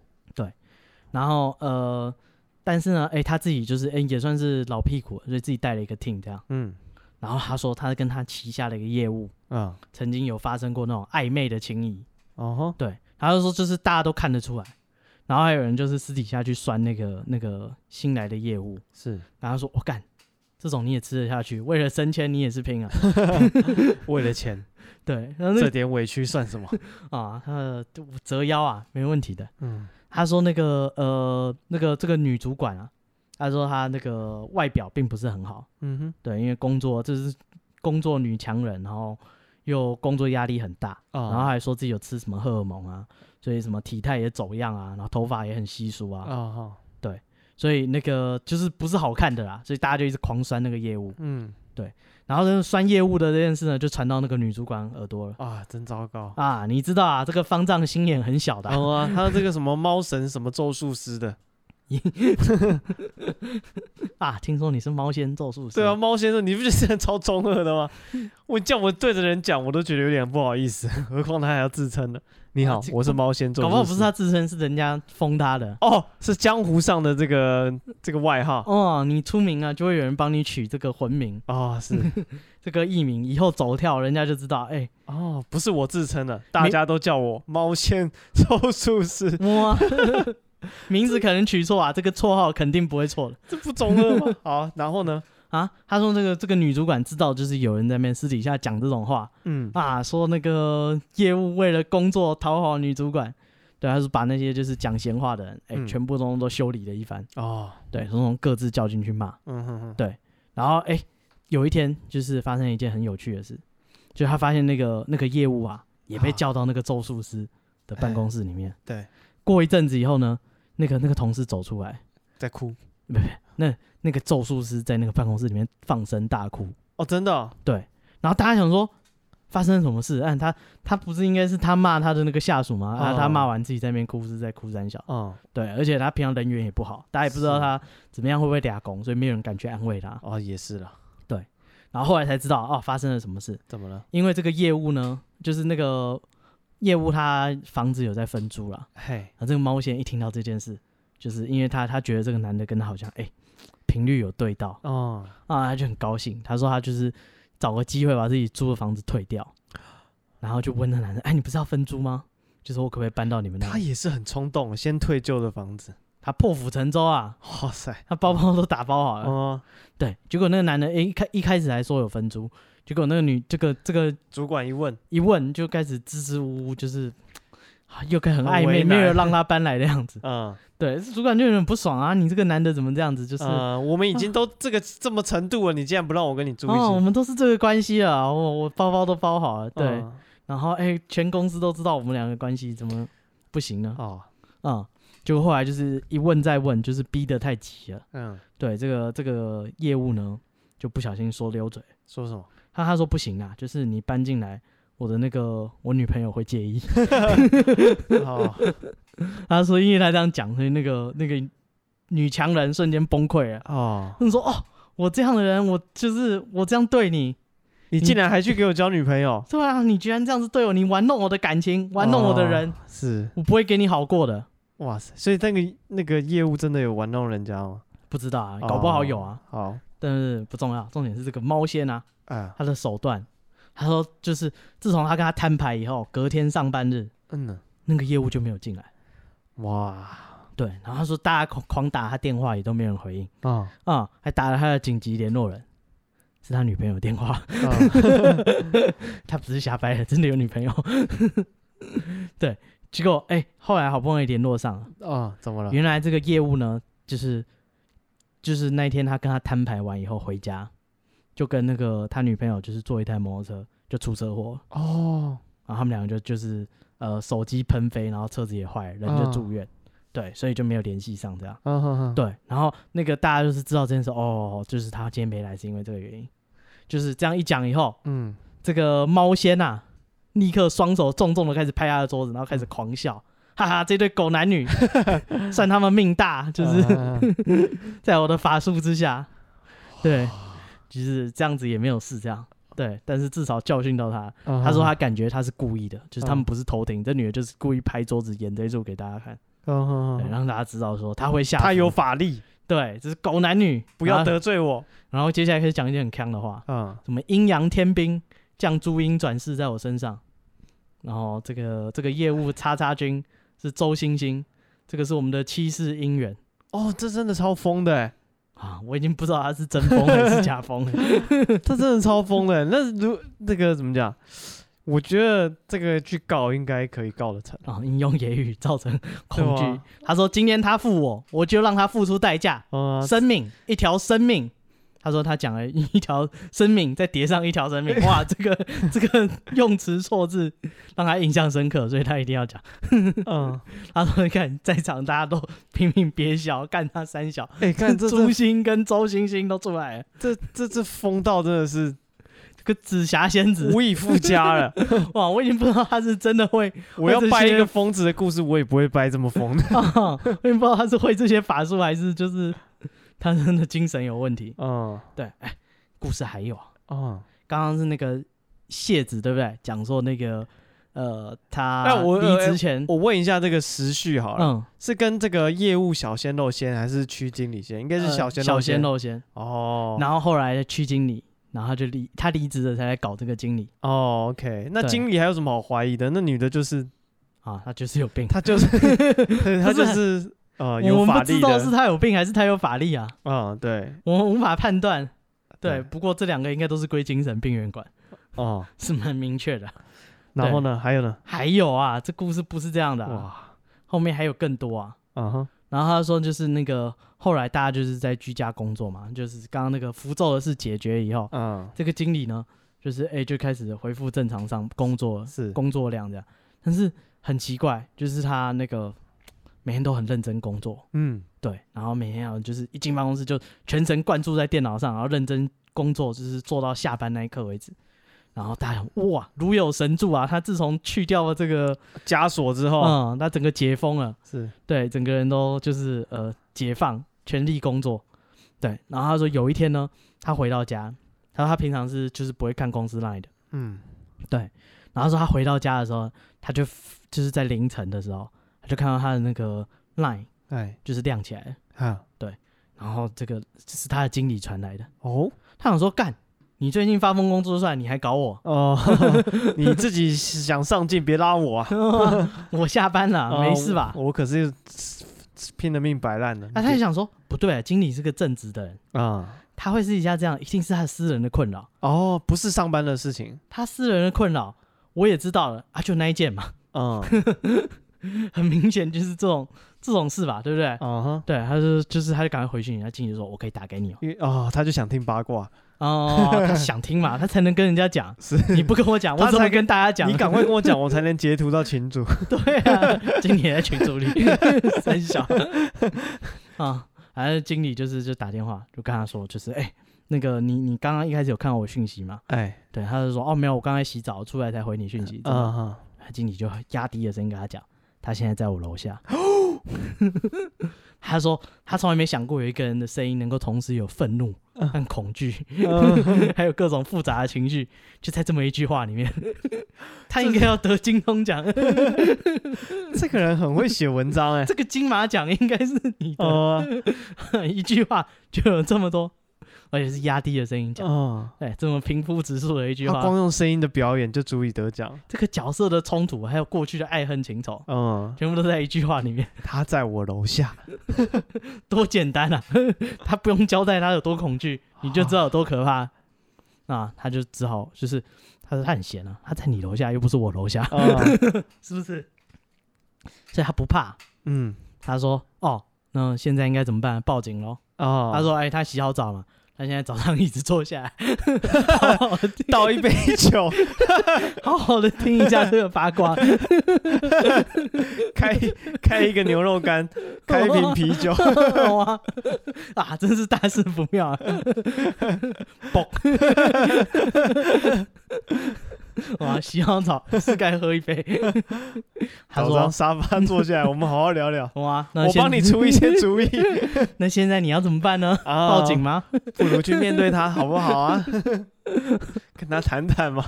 然后呃，但是呢，诶，他自己就是诶也算是老屁股了，所以自己带了一个 team 这样。
嗯，
然后他说他跟他旗下的一个业务
啊，
曾经有发生过那种暧昧的情谊，
哦吼，
对，他就说就是大家都看得出来，然后还有人就是私底下去酸那个那个新来的业务，
是
然后他说我干、这种你也吃得下去，为了升迁你也是拼啊，
为了钱，
对，然后 (laughs) 那
这
个
点委屈算
(laughs)
什么？
啊，他的折腰啊，没问题的。
嗯，
他说那个呃那个这个女主管啊，他说她那个外表并不是很好，
嗯哼，
对，因为工作这是工作女强人，然后又工作压力很大，
啊，
嗯然后还说自己有吃什么荷尔蒙啊，所以什么体态也走样啊，然后头发也很稀疏啊，
啊哈，
所以那个就是不是好看的啦，所以大家就一直狂酸那个业务。
嗯，
然后呢，酸业务的这件事呢，就传到那个女主管耳朵了
啊，真糟糕。
啊！你知道啊，这个方丈心眼很小的啊、
然后啊，他这个什么猫神什么咒术师 (laughs) 的，
啊听说你是猫仙咒术师，
对啊，，猫先生，你不觉得这样超中二的吗？我叫我对着人讲，我都觉得有点不好意思， (laughs) 何况他还要自称呢。你好
啊这，
我是猫仙咒术
搞
师。
不好不是他自称，是人家封他的。
(laughs) 哦，是江湖上的这个这个外号
哦，你出名啊，就会有人帮你取这个魂名、
(laughs) 哦， (laughs) 是
这个艺名，以后走跳人家就知道，哎、
哦，不是我自称的，大家都叫我猫仙咒术师，
摸啊 (laughs) 名字可能取错啊，这个绰号肯定不会错的
(laughs) 这不中二吗？ (laughs) 好，然后呢？
啊。他说这个这个女主管知道，就是有人在那边私底下讲这种话
嗯，
啊，说那个业务为了工作讨好女主管，对，他是把那些就是讲闲话的人，哎、
嗯
全部都都修理了一番，
哦，
对，从从各自叫进去骂。
嗯哼哼，
然后哎、有一天就是发生一件很有趣的事，就他发现那个那个业务啊也被
啊
叫到那个咒术师的办公室里面。
对，
过一阵子以后呢，那个那个同事走出来，
在哭
那个咒术师在那个办公室里面放声大哭，
哦，真的哦
然后大家想说。发生什么事？按他，他不是应该是他骂他的那个下属吗？啊，
哦
他骂完自己在那边哭，是在哭三小。
嗯，
对，而且他平常人缘也不好，大家也不知道
是
他怎么样会不会俩拱，所以没有人敢去安慰他。
哦，也是啦，
然后后来才知道，哦，发生了什么事。
怎么了？
因为这个业务呢，就是那个业务他房子有在分租啦，
嘿，
然后这个猫先一听到这件事，就是因为他他觉得这个男的跟他好像哎频率有对到
哦，
啊，他就很高兴，他说他就是找个机会把自己租的房子退掉，然后就问那男的，哎，你不是要分租吗？就说我可不可以搬到你们那
他
里？
也是很冲动，先退旧的房子，
他破釜沉舟啊，
哇塞，
他包包都打包好了。
哦，
对，结果那个男的哎一开一开始还说有分租，结果那个女这个这个
主管一问，
一问就开始支支吾吾，就是啊又该很暧
很
昧，
为难。
没有让他搬来的样子
嗯，
对，主管就有点不爽啊，你这个男的怎么这样子？就是、哦啊
呃，我们已经都这个这么程度了，你竟然不让我跟你住一
哦，我
起？
们都是这个关系啊，我我包包都包好了，对，
嗯
然后哎、全公司都知道我们两个关系怎么不行呢？
哦，
嗯，就后来就是一问再问，就是逼得太急了。
嗯，
对，这个这个业务呢，就不小心说溜嘴，
说什
(laughs)
么？
他他说不行啊，就是你搬进来。我的那个我女朋友会介意， (laughs)
哦，
他说因为他这样讲，所以那个那个女强人瞬间崩溃了。
哦，
他说：“哦，我这样的人，我就是我这样对你，嗯
你竟然还去给我交女朋
(laughs)
友？
对啊，你居然这样子对我，你玩弄我的感情，玩弄我的人，
哦是，
我不会给你好过的。
哇塞！所以那个那个业务真的有玩弄人家吗？”
不知道啊，搞不好有啊，
哦。好，
但是不重要，重点是这个猫仙啊，
啊，
他的手段。他说，就是自从他跟他摊牌以后，隔天上班日，
嗯呢，
那个业务就没有进来。
哇，
对，然后他说大家狂狂打他电话，也都没有人回应
哦，
啊、还打了他的紧急联络人，是他女朋友的电话。
哦
他不是瞎掰的，真的有女朋友。 (laughs) 对，结果哎、后来好不容易联络上了， (laughs)
哦，怎么了？
原来这个业务呢，就是就是那一天他跟他摊牌完以后回家，就跟那个他女朋友就是坐一台摩托车就出车祸了，
哦，
然后他们两个就就是呃手机喷飞，然后车子也坏了，人就住院。对，所以就没有联系上这样。
嗯哼哼，
对，然后那个大家就是知道这件事，哦，就是他今天没来是因为这个原因，就是这样一讲以后，
嗯，
这个猫仙啊，立刻双手重重的开始拍他的桌子，然后开始狂笑，哈哈，这对狗男女算他们命大，就是
啊
在我的法术之下，对，就是这样子也没有事，这样对，但是至少教训到他，
啊
(laughs) 他说他，感觉他是故意的，就是他们
嗯
不是头顶，这女的就是故意拍桌子演这一出给大家看，
嗯哼
对，
哼
让大家知道说他会下，
他有，法力，
对，这是狗男女，
不要
然后，
得罪我。
然后接下来开始讲一些很坑的话，
嗯，
什么阴阳天兵将朱茵转世在我身上，然后这个这个业务叉叉君是周星星，这个是我们的七世姻缘
哦，这真的超疯的欸，
啊，我已经不知道他是真疯还是假疯了。 (laughs)
这真的超疯的欸。那如那个怎么讲？我觉得这个去告应该可以告得成。
啊，应用言语造成恐
对
惧
啊。
他说今天他负我，我就让他付出代价， (laughs)
嗯啊，
生命一条生命。他他说他讲了一条生命，再叠上一条生命，哇，这个这个用词错字让他印象深刻，所以他一定要讲。
嗯，
他说：“你看，在场大家都拼命憋笑，干他三小，
哎，看
(laughs)
这
朱
这
星跟周星星都出来了，
这这这风道真的是
这个紫霞仙子，
无以复加
(laughs)
了。
哇，我已经不知道他是真的会，
我要
这
掰一
些
个疯子的故事，我也不会掰这么疯
(laughs)
的。
啊，我已经不知道他是会这些法术，还是就是他真的精神有问题。
嗯
故事还有啊，
嗯，
刚刚是那个谢子对不对？讲说那个呃，
哎
他
我
离职前，
我呃问一下这个时序好了，
嗯，
是跟这个业务小鲜肉先还是区经理先？应该是
呃
小鲜
小
肉
鲜
先
肉先，
哦。
然后后来的区经理，然后他就离他离职了，才来搞这个经理
哦，OK，那
对
经理还有什么好怀疑的？那女的就是
啊，他就是有病。
她
(laughs)
就是 (laughs) 她就是呃有
我们
法
不知
力
道是
的，
他有病还是他有法力啊，
嗯对，
我们无法判断。对，
对
不过这两个应该都是归精神病院管，
哦，
是蛮明
(laughs)
确的。
然后呢还有呢，
还有啊，这故事不是这样的、啊，
哇，
后面还有更多啊。
嗯哼，
然后他说，就是那个后来大家就是在居家工作嘛，就是刚刚那个符咒的事解决以后，
嗯
这个经理呢，就是哎、就开始恢复正常上工作了
是
工作量这样。但是很奇怪，就是他那个每天都很认真工作，
嗯
对，然后每天要就是一进办公室就全神贯注在电脑上，然后认真工作，就是做到下班那一刻为止。然后大家想哇，如有神助啊！他自从去掉了这个，
枷锁之后
嗯，他整个解封了，
是
对，整个人都就是呃解放，全力工作。对，然后他说有一天呢，他回到家，他说他平常是就是不会看公司 line 的，
嗯
然后他说他回到家的时候，他就就是在凌晨的时候，他就看到他的那个 line
哎
就是亮起来了，
哈
然后这个这是他的经理传来的。
哦
他想说干，你最近发疯工作算，你还搞我，
哦， (laughs) 你自己想上进，别拉我
(laughs)
啊，
我下班了，
啊
没事吧？啊
我我可是拼了命摆烂的，
那、他就想说，不对、啊，经理是个正直的人，
啊
他会私底下这样，一定是他私人的困扰，
哦，不是上班的事情，
他私人的困扰我也知道了啊，就那一件嘛， (laughs)
嗯
很明显就是这种这种事吧，对不对？
啊哈。
对，他就就是他就赶快回去，他经理就说，我可以打给你哦，
因为哦，他就想听八卦，
哦，他想听嘛，他才能跟人家讲，
(laughs) 是
你不跟我讲，我
他
怎么
才
跟大家讲？
你赶快跟我讲，我才能截图到群主。
(laughs) 对啊，经理也在群组里三小啊，反正经理就是就打电话就跟他说，就是哎、那个你你刚刚一开始有看到我讯息吗？
(laughs) 哎，
(laughs) 对，他就说哦没有，我刚才洗澡出来才回你讯息。这样
啊哈，
经理就压低了声音跟他讲，他现在在我楼
(laughs)
下。他说他从来没想过有一个人的声音能够同时有愤怒
嗯
和恐惧，
嗯
(laughs) 还有各种复杂的情绪，就在这么一句话里
(laughs)
面，他应该要得金钟奖。
(laughs) 这个人很会写文章 (laughs) 哎。
这个金马奖应该是你的，
哦
一句话就有这么多，而且是压低的声音讲，
哦，啊
哎、这么平铺直述的一句
他
话，
光用声音的表演就足以得奖。
这个角色的冲突，还有过去的爱恨情仇，
嗯，
全部都在一句话里面，
他在我楼下。
(laughs) 多简单啊！他不用交代他有多恐惧，你就知道有多可怕。啊，他就只好就是，他说他很闲啊，他在你楼下又不是我楼下，
啊，
哦是不是？所以他不怕。
(laughs) 嗯，
他说：“哦，那现在应该怎么办？报警喽。”
哦，
他说：“哎、他洗好澡嘛，他现在早上 (laughs) 一直坐下来，好好地听
倒一杯 (laughs) 酒，
好好的听一下这个八卦。
开开一个牛肉干，开一瓶啤 (laughs) 酒。
(laughs) 哇啊，真是大事不
(laughs)
妙啊！嘣！ (laughs) 哇，洗好澡是该喝一
(laughs)
杯。他
早上
说
沙发坐 (laughs) 下来，我们好好聊聊。：‘
哇，那
我
现
帮你出一些主 (laughs) 意
(laughs) 那现在你要怎么办
(laughs)
呢？
啊，
报警吗？
不如去面对他，好不好 (laughs) 啊？跟他谈谈嘛。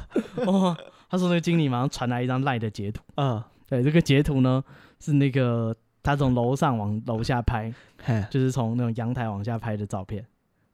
哦，他说那个经理马上传来一张赖的截图。
嗯，
对，这个截图呢是那个他从楼上往楼下拍，
嘿，
就是从那种阳台往下拍的照片。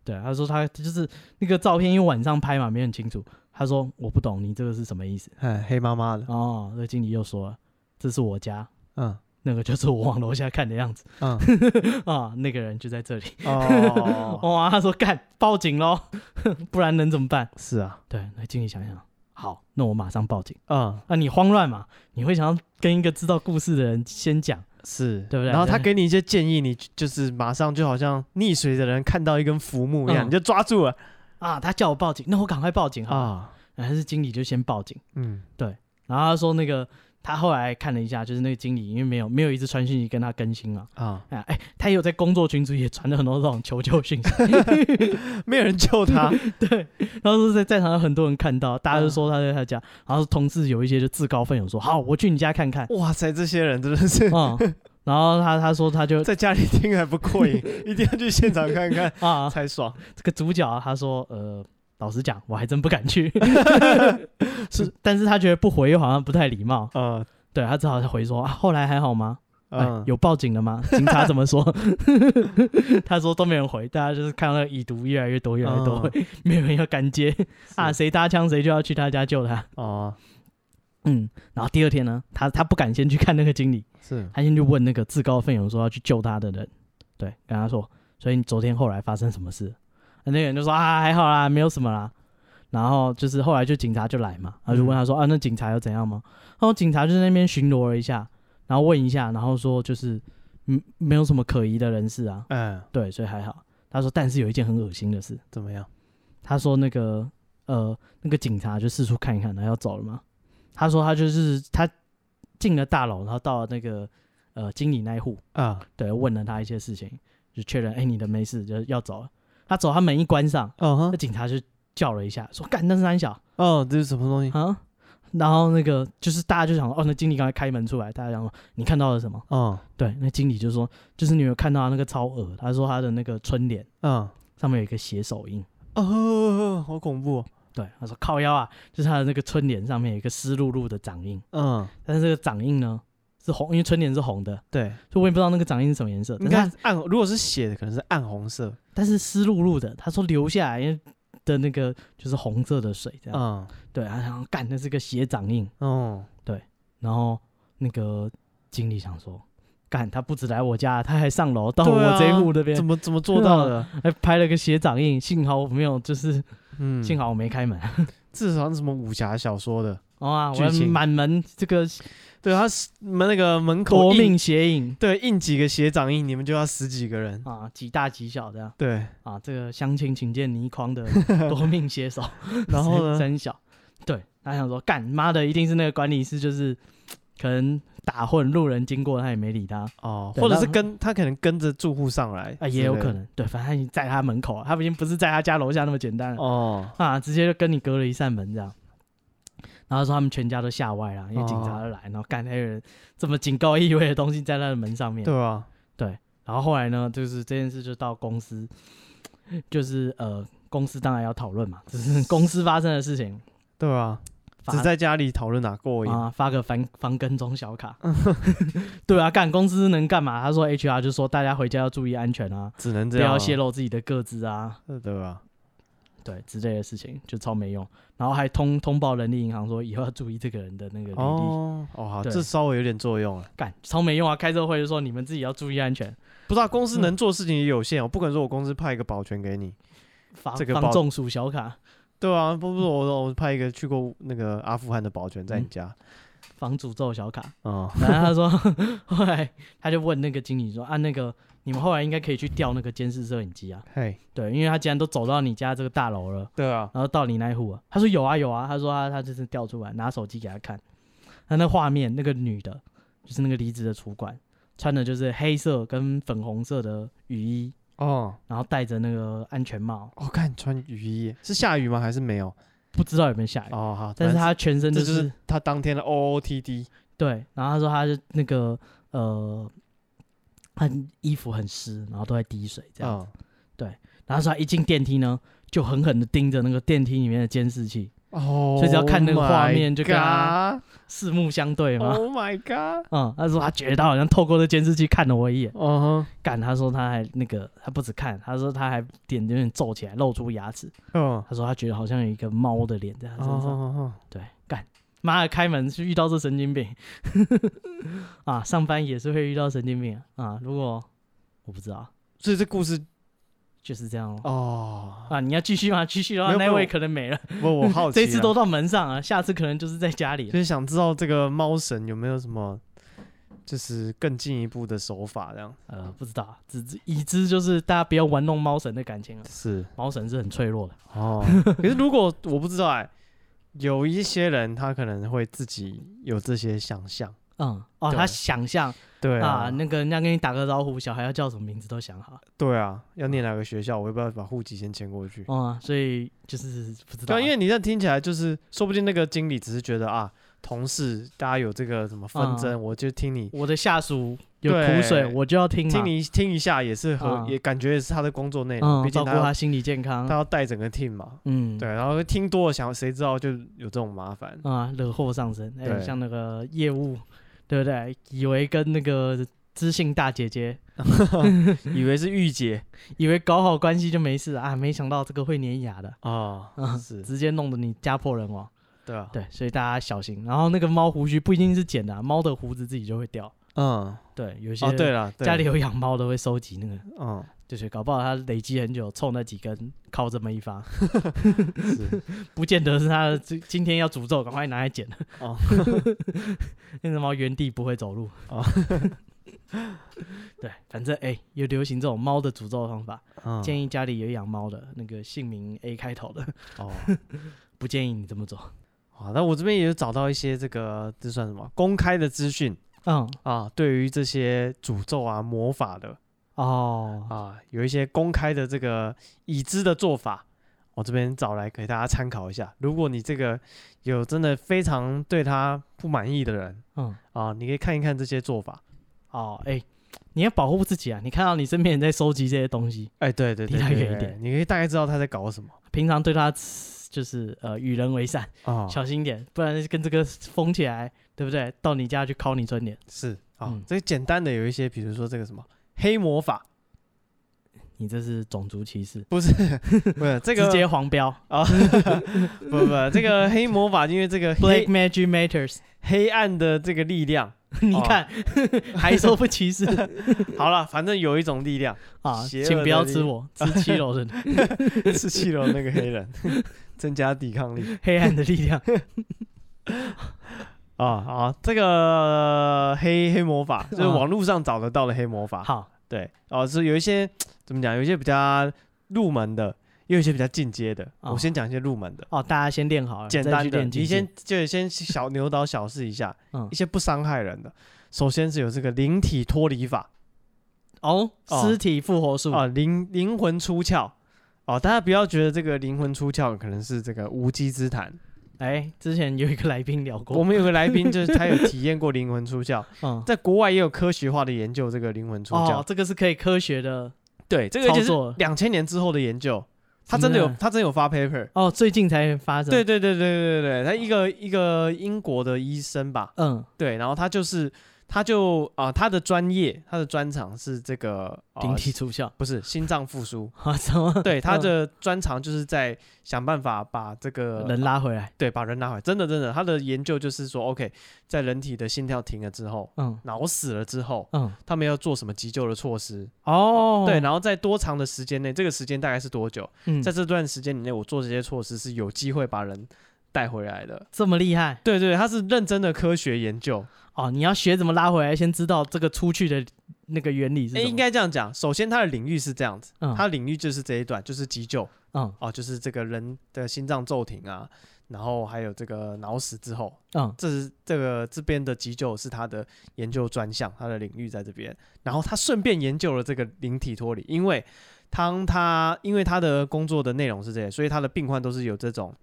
对，他说他就是那个照片，因为晚上拍嘛，没很清楚。他说我不懂你这个是什么意思。
嘿，黑妈妈的。
哦，那经理又说了，这是我家，
嗯
那个就是我往楼下看的样子
嗯， (laughs)
啊、那个人就在这里。
哦，
哇、他说干，报警喽， (laughs) 不然能怎么办？
是啊，
对，那经理想想，好，那我马上报警。啊
嗯，
那、你慌乱嘛，你会想要跟一个知道故事的人先讲，
是
对不对
然后他
对
给你一些建议，你就是马上就好像溺水的人看到一根浮木一样，
嗯
你就抓住了
啊，他叫我报警，那我赶快报警好了。
啊，
然后还是经理就先报警，
嗯，
然后他说那个他后来看了一下，就是那个经理因为没有没有一直传讯息跟他更新嘛，
啊，
啊，哎，他也有在工作群组也传了很多这种求救讯息， (laughs)
没有人救他，
然后是在在场有很多人看到，大家就说他在他家，然后同事有一些就自告奋勇说好，我去你家看看，
哇塞，这些人真的是
嗯，然后他他说他就
在家里听还不过
(laughs)
瘾，一定要去现场看看
啊，
才爽，
(laughs) 这个主角啊，他说呃。老实讲，我还真不敢去， (laughs) 是，但是他觉得不回又好像不太礼貌，
呃，
对他只好回说啊，后来还好吗？哎
嗯，，
有报警
(laughs)
了吗？警察怎么说？ (laughs) 他说都没人回，大家就是看到那个已读越来越多，越来越多， (laughs) 没有人要敢接啊，
嗯是
谁搭枪谁就要去他家救他。
哦，
嗯，然后第二天呢，他他不敢先去看那个经理，
是
他先去问那个自告奋勇说要去救他的人，对，跟他说，所以你昨天后来发生什么事？那个人就说啊，还好啦，没有什么啦。然后就是后来就警察就来嘛，他就问他说、啊，那警察又怎样吗？然后警察就在那边巡逻了一下，然后问一下，然后说就是嗯，没有什么可疑的人士啊，
嗯，
对，所以还好。他说，但是有一件很恶心的事，
怎么样？
他说那个呃那个警察就四处看一看，然后要走了嘛。他说他就是他进了大楼，然后到了那个呃经理那一户，
啊，
对，问了他一些事情，就确认哎、你的没事，就要走了。他走，他门一关上，
哦哈，
那警察就叫了一下，说干那是三小
哦，这是什么东西？
啊。然后那个就是大家就想说哦，那经理刚才开门出来，大家想说你看到了什么？
哦，
对，那经理就说就是你有看到他那个超额，他说他的那个春联
嗯，
上面有一个血手印。
哦，好恐怖哦，
对，他说靠腰啊，就是他的那个春联上面有一个湿漉漉的掌印，
嗯，
但是这个掌印呢是红，因为春联是红的，
对，
所以我也不知道那个掌印是什么颜色。
应
但
该
是
是暗，如果是血的，可能是暗红色，
它但是湿漉漉的，他说流下来因为的那个就是红色的水这样。
嗯，
对，他想干那是个血掌印，
哦，
然后那个经理想说。干，他不止来我家，他还上楼到
对啊
我这一户这边
怎，么怎么做到的？
还拍了个血掌印。幸好我没有，就是、
嗯，
幸好我没开门。 (laughs)
至少是什么武侠小说的，
哦啊，
剧
我
情
满门这个
对，他是门那个门口
夺
印
命血影
对，印几个血掌印，你们就要死几个人。
啊，几大几小这样。 (laughs)
对，
啊，这个相亲请见
(laughs)
倪匡的夺命写手，
然后
真
呢？(laughs)
真小，对他想说，干妈的一定是那个管理师，就是可能打混，路人经过他也没理他，
哦，
对
或者是
那
跟他可能跟着住户上来
啊，也有可
之类
能，对，反正他已经在他门口啊，他已经不是在他家楼下那么简单
的
了、
哦，
啊，直接就跟你隔了一扇门这样。然后说他们全家都吓歪了，因为警察
哦
都来，然后干那个人这么警告意味的东西在他的门上面，
对啊吧？
然后后来呢，就是这件事就到公司，就是呃，公司当然要讨论嘛，只是公司发生的事情，
对吧？
发
只在家里讨论哪过瘾
啊发个防防跟踪小卡， (laughs) 对啊，干公司能干嘛？他说 HR 就说大家回家要注意安全啊，
只能
不
这样啊，
要泄露自己的个资啊，
呃，对吧？
对之类的事情就超没用，然后还通通报人力银行说以后要注意这个人的那个履历，
哦哦，好，
对
这稍微有点作用了。
干超没用啊！开这会就说你们自己要注意安全，
不知道公
嗯
司能做事情也有限哦，不可能说我公司派一个保全给你，
防
这个报
防中暑小卡，
对啊，不不，我我派一个去过那个阿富汗的保全在
嗯
你家
防诅咒小卡。
哦，
然后他说， (laughs) 后来他就问那个经理说啊，那个你们后来应该可以去调那个监视摄影机啊，
嘿，
对，因为他既然都走到你家这个大楼了，
对啊，
然后到你那一户啊，他说有啊有啊，他说他他就是调出来，拿手机给他看，他那画面那个女的，就是那个离职的主管，穿的就是黑色跟粉红色的雨衣，
哦，
然后戴着那个安全帽，
我看穿雨衣是下雨吗？还是没有？
不知道有没有下雨，
哦，好，
哎但
反正
是他全身
这
就
就是是他当天的 OOTD
对，然后他说他就那个呃，他衣服很湿，然后都在滴水这样。
嗯
然后说他一进电梯呢，就狠狠的盯着那个电梯里面的监视器，
哦，
所以只要看那个画面就跟他
God,
四目相对嘛。
Oh my god！
(laughs) 嗯，他说他觉得他好像透过这监视器看了我一眼，
哦，
干，他说他还那个，他不止看，他说他还脸有点皱起来，露出牙齿。
嗯，
他说他觉得好像有一个猫啊的脸在他身上。
哦，
对，干，妈的，开门是遇到这神经病 (laughs) 啊！上班也是会遇到神经病啊！啊如果我不知道，
所以这故事
就是这样咯。
哦，
啊，你要继续吗？继续的
没
话，
有没
那
有
位可能没了。
不，啊我好奇
(laughs) 这
啦，
啊次都到门上啊，下次可能就是在家里
就
了。
是想知道这个猫神有没有什么就是更进一步的手法这样。
呃，不知道，只只已知就是大家不要玩弄猫神的感情啊，
是
猫神是很脆弱的。
哦，可是如果我不知道哎、有一些人他可能会自己有这些想象，
嗯，哦，
对
他想象
对啊，
啊，那个人家跟你打个招呼，小孩要叫什么名字都想好。
对啊，要念哪个学校，我也不知道把户籍先迁过去。
哦、啊，所以就是不知道
对
啊、
啊，因为你这样听起来就是，说不定那个经理只是觉得啊，同事大家有这个什么纷
嗯
争，我就听你
我的下属有
对
苦水，我就要听嘛
听你听一下，也是和、
嗯
也感觉也是他的工作内容，
嗯
毕、，
照
竟
顾
他要
他心理健康
他。要带整个 team 嘛。
嗯，
对，然后听多了想，谁知道就有这种麻烦。
啊，惹祸上身。哎、
对
像那个业务，对不对？以为跟那个知性大姐姐，
以
嗯
为是御姐
以为搞好关系就没事啊，没想到这个会碾压的，
啊，
啊
是，
直接弄得你家破人亡。
对啊，
对，所以大家小心。然后那个猫胡须不一定是剪的啊、猫的胡子自己就会掉。
嗯，
对，有些
哦，对了，对
家里有养猫的会收集那个，
嗯，
就是搞不好它累积很久，凑那几根靠这么一发， (laughs)
是
不见得是它的今今天要诅咒，赶快拿来剪。
哦，
(laughs) 那只猫原地不会走路。
哦
(laughs) 对，反正哎、有流行这种猫的诅咒方法，
(laughs) 嗯
建议家里有养猫的，那个姓名 A 开头的， (laughs)
哦，
不建议你这么做。
好，那我这边也有找到一些这个这算什么公开的资讯
嗯，
啊，对于这些诅咒啊、魔法的
哦，
啊，有一些公开的这个已知的做法，我这边找来给大家参考一下。如果你这个有真的非常对他不满意的人
嗯，
啊，你可以看一看这些做法。
哦，哎、你要保护自己啊！你看到你身边人在收集这些东西，
哎，对对
离
对，
他
对
远一
对
点
你可以大概知道他在搞什么
平常对它就是呃与人为善，
啊。
小心一点，不然跟这个疯起来，对不对？到你家去敲你春联，
是啊
嗯，
这简单的有一些，比如说这个什么黑魔法，
你这是种族歧视，
不是不是这个
直接黄标。
啊，
(laughs)
不不，这个黑魔法，因为这个黑
Black
(laughs)
Magic Matters，
黑暗的这个力量，
你看、还说不歧视。嗯
好了，反正有一种力
(laughs)
量
啊，
邪恶
请
的
不要
力
吃我，吃七楼的
是气了那个黑
(laughs)
人，增加抵抗力
黑暗的力
(laughs)
量。
啊啊！这个黑黑魔法就是网络上找得到的黑魔法，
好，
对哦，是有一些怎么讲，有一些比较入门的，也有一些比较进阶的。
哦
我先讲一些入门的。
哦，大家先练好了，
简
再
单
去
的，
练
你
极
先
限
就先小牛刀小试一下，
嗯
一些不伤害人的。首先是有这个灵体脱离法，
哦，
哦
尸体复活术
啊，灵灵魂出窍哦，大家不要觉得这个灵魂出窍可能是这个无稽之谈。
哎，之前有一个来宾聊
我
过，
们有个来宾就是他有体验过灵魂出窍，
嗯，
在国外也有科学化的研究这个灵魂出窍。
哦，这个是可以科学的
对，这个
操
就是
作。
两千年之后的研究，他
什么
真的有
呢
他真的有发 paper。
哦，最近才发生。
对，对对对对对，他一个一个英国的医生吧，
嗯，
对，然后他就是他就啊、他的专业他的专长是这个、啊
灵体出窍 (laughs)
不是心脏复苏，
啊，什么？
对，他
嗯
的专长就是在想办法把这个
(laughs) 人拉回来。
对，把人拉回来，真的真的，他的研究就是说，OK，在人体的心跳停了之后，
嗯
脑死了之后，
嗯，
他们要做什么急救的措施？
哦
对，，然后在多长的时间内，这个时间大概是多久？
嗯
在，这段时间以内，我做这些措施是有机会把人带回来的。
这么厉害
对对，他是认真的科学研究。
哦！你要学怎么拉回来，先知道这个出去的那个原理是
诶，
什么。
应该这样讲，首先他的领域是这样子，
嗯
他的领域就是这一段，就是急救
嗯
哦，就是这个人的心脏骤停啊，然后还有这个脑死之后，
嗯
这是这个这边的急救是他的研究专项，他的领域在这边。然后他顺便研究了这个灵体脱离，因为当他因为他的工作的内容是这些，所以他的病患都是有这种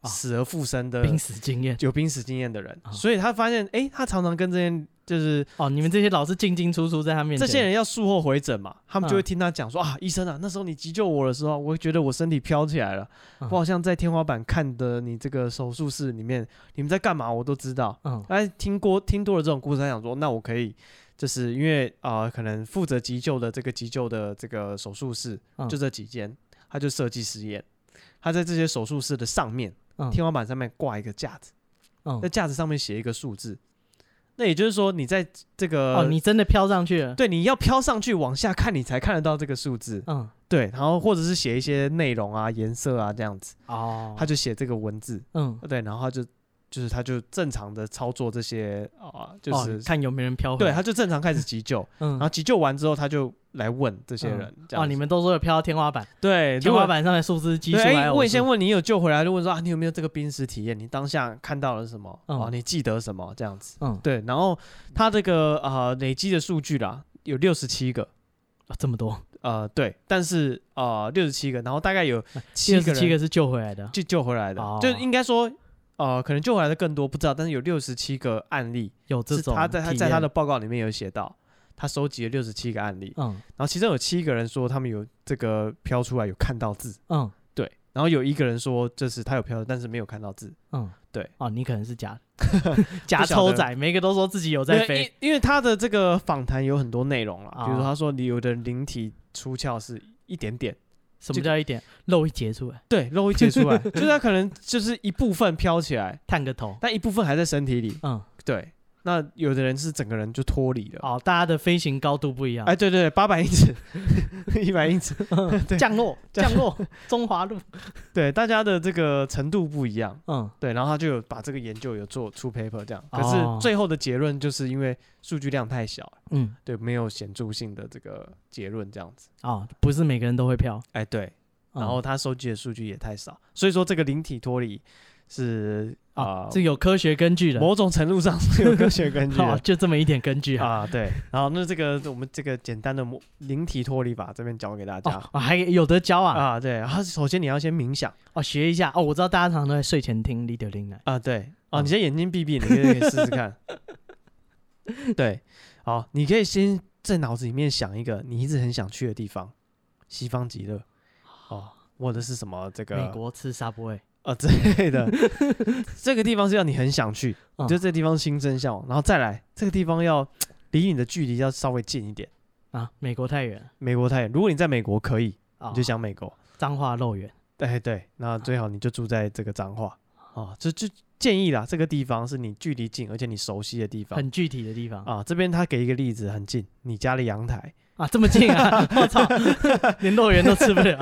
啊
死而复生的、
濒死经验
有濒死经验的人，
啊
所以他发现，诶，他常常跟这些就是
哦，你们这些老是进进出出在他面
这
前，
些人要术后回诊嘛，他们就
嗯
会听他讲说、啊，医生啊，那时候你急救我的时候，我觉得我身体飘起来了，
嗯
我好像在天花板看的你这个手术室里面，你们在干嘛，我都知道。
嗯
哎，听过听多了这种故事，他想说，那我可以，就是因为啊、呃可能负责急救的这个急救的这个手术室、
嗯
就这几间，他就设计实验，他在这些手术室的上面、
嗯
天花板上面挂一个架子，
嗯
那架子上面写一个数字，那也就是说，你在这个、
哦，你真的飘上去了。
呃对你要飘上去往下看，你才看得到这个数字，
嗯，
对，然后或者是写一些内容啊、颜色啊这样子，
哦
他就写这个文字，
嗯
对，然后他就就是他就正常的操作这些啊，就
哦
是、
看有没有人飘回
对，
来。
他就正常开始急救，
嗯
然后急救完之后他就来问这些人，这样
哦，
子
你们都说有飘到天花板，
对
天花。板上的数字奇
如
数
果对，
还
哎
有
问先问你有救回来，就问说啊，你有没有这个濒死体验？你当下看到了什么？
嗯
哦，你记得什么？这样子，
嗯
对。然后他这个呃累积的数据啦，有六十七个，
啊这么多，
呃，对，但是呃，六十七个，然后大概有七
六
个
十
人
啊七个是救回来的，
就救回来的，
哦
就应该说呃，可能救回来的更多不知道，但是有六十七个案例
有这
是
种
他在他在
体
他
验
的报告里面有写到，他收集了六十七个案例，
嗯
然后其中有七个人说他们有这个飘出来有看到字，
嗯
对，然后有一个人说就是他有飘，但是没有看到字，
嗯，
对
哦，你可能是假的
(laughs)
假
不晓得
抽仔，每个都说自己有
因
在
为
飞，
因因为他的这个访谈有很多内容啦，
啊
比如说他说你有的灵体出窍是一点点。
什
这
么
个
叫一点露一截出来，
对，肉一解出来， (laughs) 就是它可能就是一部分飘起来，
探个头，
但一部分还在身体里。
嗯
对，那有的人是整个人就脱离了。
哦，大家的飞行高度不一样
哎，，对对，八百英尺， (laughs) 一百英尺，对
降落
降
降
(laughs)
落中华路，
对，大家的这个程度不一样。
嗯
对，然后他就有把这个研究有做出 paper 这样，可
哦
是最后的结论就是因为数据量太小，
嗯
对，没有显著性的这个结论这样子。
哦，不是每个人都会飘，
哎，对，
嗯
然后他收集的数据也太少，所以说这个灵体脱离是啊
啊，这有科学根据的，
某种程度上是有科学根
(laughs)
据
哦
的，
就这么一点根据啊。
啊，对。然后那这个我们这个简单的模灵体脱离法这边教给大家
哦，哦还有得教啊！
啊，对。然后首先你要先冥想
哦，学一下哦。我知道大家常常都在睡前听《Leader 林奶》，
啊，对啊，
嗯
你先眼睛闭闭，你可以可以试试
(laughs)
看。对，好，你可以先在脑子里面想一个你一直很想去的地方，西方极乐，哦，或者是什么这个
美国吃沙波味，
啊之类
(laughs)
的，这个地方是要你很想去，
嗯
你对这个地方心生向往，然后再来这个地方要离你的距离要稍微近一点。
啊，美国太远了
美国太远，如果你在美国可以，
啊，
你就想美国。
脏话肉圆
对对，那最好你就住在这个彰化啊，就就建议啦，这个地方是你距离近而且你熟悉的地方
很具体的地方啊
啊。这边他给一个例子，很近，你家的阳 (laughs) 台，
这么
(laughs)
近啊！我操，连肉圆都吃不了，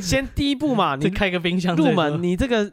先第一步 (laughs) 嘛，
这
你
开个冰箱啊
入
再说
门，你这个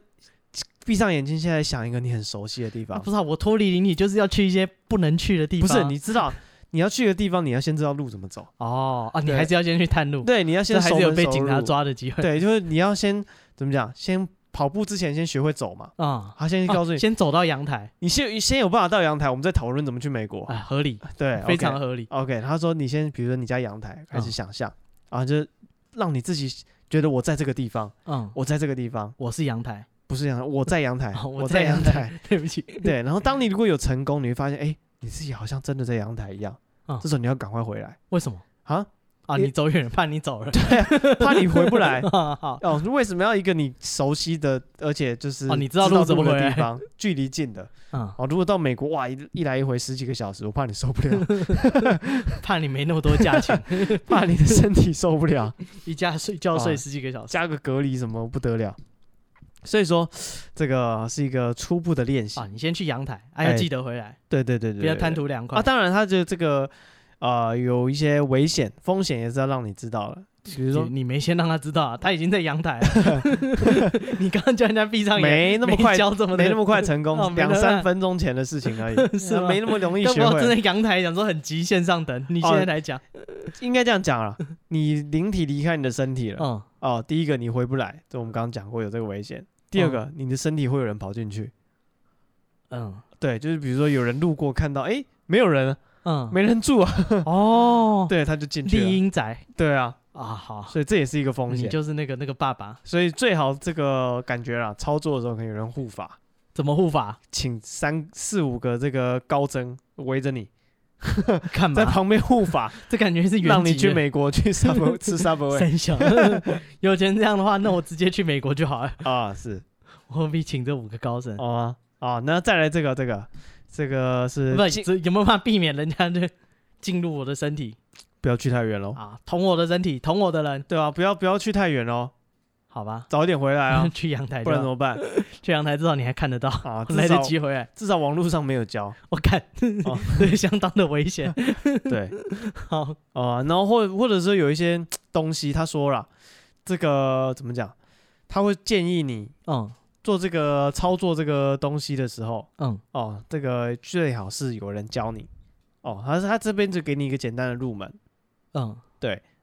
闭上眼睛，现在想一个你很熟悉的地
啊
方
不，是啊，我脱离邻里就是要去一些不能去的地
不
方，
是？你知道你要去的地方，你要先知道路怎么走，
哦啊，你
对
还是要先去探路，
对，你要
这
先
还
熟
是有
门
被
熟
警
(laughs)
察
路，
抓的机会
对，就是你要先怎么讲，先跑步之前先学会走嘛。
啊。
他先告诉你
啊，先走到阳台，
你先先有办法到阳台，我们再讨论怎么去美国。
哎，合理，
对，
非常合理。
OK, OK，他说你先，比如说你家阳台开始
嗯
想象，啊，就是让你自己觉得我在这个地方，
嗯，
我在这个地方，
我是阳台，
不是阳台，我在阳台，
哦我
我在
在
阳
阳
台。
(laughs) 对不起，
(laughs) 对，然后当你如果有成功，你会发现，哎，你自己好像真的在阳台一样。
嗯
这时候你要赶快回来
为什么
啊，
啊？
因
你走远了，怕你走了。
怕你回不来。
(laughs) 啊好，
哦，为什么要一个你熟悉的，而且就是
哦你知道路怎么
的
回来
地
(laughs)
方，距离近的？
嗯，
哦，如果到美国，哇，一一来一回十几个小时，我怕你受不
(laughs)
了，
怕你没那么多
(laughs)
假期，
怕你的身体受不了。
一家睡觉睡
啊
十几个小时。
加个隔离什么不得了。所以说，这个是一个初步的练习
啊，。你先去阳台，哎、要
哎
记得回来，
对对对对，
不要
对
贪
对
图凉快
啊！当然，它的这个呃有一些危险风险也是要让你知道了，比如
你
说
你没先让他知道、啊，他已经在阳
(laughs)
台了。 (laughs) 你刚刚叫人家闭上眼，
没那么快
教这么
(laughs) 没那
(laughs)
么快成
哦
功，
没那
两
么
三
快
分钟前的事情
(laughs)
而已，
是
啊
吗
没那么容易
要不
学
(laughs) 我真的
会。哦
阳台想说很急，线上等，你现在来讲，
应该这样
(laughs)
讲了，啊你灵体离开你的身体了
嗯，
哦。第一个你回不来，这我们刚刚讲过有这个危
哦
险。第二个，你的身体会有人跑进去，
嗯
对，就是比如说有人路过看到，哎，没有人啊，
嗯，
没人住啊， (laughs)
哦，
对，他就进去了。
丽英宅
对啊，
啊，好，
所以这也是一个风
你
险。
就是那个那个爸爸，
所以最好这个感觉啦，操作的时候可能有人护法，
怎么护法？
请三四五个这个高僧围着你，
干
在
嘛？
旁边护法，
这感觉嗯 (laughs) 是原
让你
籍
去
的
美欸国去
(laughs)
sub 吃 subway (laughs)
三小，有钱这样的话，那我直接去美国就好了，
啊，是
我何必请这五个高僧？
哦啊啊，那再来这个这个这个是
不，
进
这有没有办法避免人家就进入我的身体
不要去太远喽，
啊？捅我的身体，捅我的人，
对啊，不要不要去太远喽，
好吧？
早一点回来 (laughs) 啊，
去阳台
不
就
然怎
好，
么办
去阳台至少你还看得到， (laughs)
啊？至
来得
少
及
(laughs)
回来。
至少网络上没有
(laughs)
教，
我看，
哦
这个相当的危险。
对，
好，
啊，然后或或者说有一些东西，他说了，这个怎么讲？他会建议你
嗯，
做这个操作这个东西的时候，
嗯，
哦，这个最好是有人教你。哦，他他这边就给你一个简单的入门。
嗯，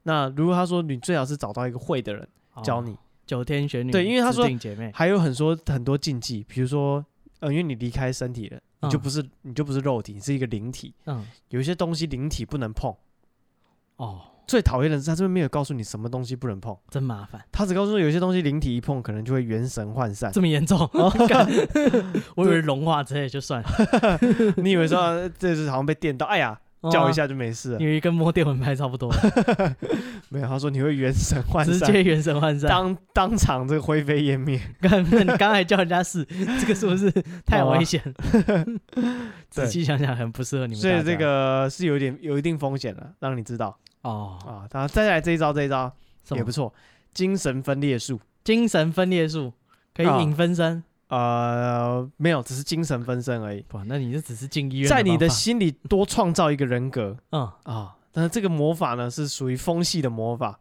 那如果他说你最好是找到一个会的人
好
教你，
九天玄女，
对因为他说
姐妹，
还有很多很多禁忌，比如说，呃，因为你离开身体了，你就
嗯
不是你就不是肉体，你是一个灵体，
嗯，
有一些东西灵体不能碰。
哦，
最讨厌的是他这边没有告诉你什么东西不能碰，
真麻烦，
他只告诉你有些东西灵体一碰可能就会元神涣散。
这么严重，
哦 (laughs)
干 (laughs) 我以为融化之类就算了，
你以为说啊这是好像被电到，哎呀， (laughs) 叫一下就没事了
哦，因。为跟摸电蚊拍
(laughs)
差不多，
没有，他说你会元神涣
直
散，
接原神涣散。
当当场这个灰飞烟灭。
干，那你刚才叫人家试，这个
(laughs)
是不是太危险？ (laughs) 仔
啊对
细想想，很不适合你们
所
大家。
以这个是有点有一定风险的，让你知道
哦，
啊。然后再来这一招，这一招
什
也
么
不错，精神分裂术。
精神分裂术可以
啊
引分身。
呃，没有，只是精神分身而已，
哇，那你这只是进医院方法，
在你的心里多创造一个人
(laughs)
格
嗯
啊。但是这个魔法呢，是属于风系的魔法，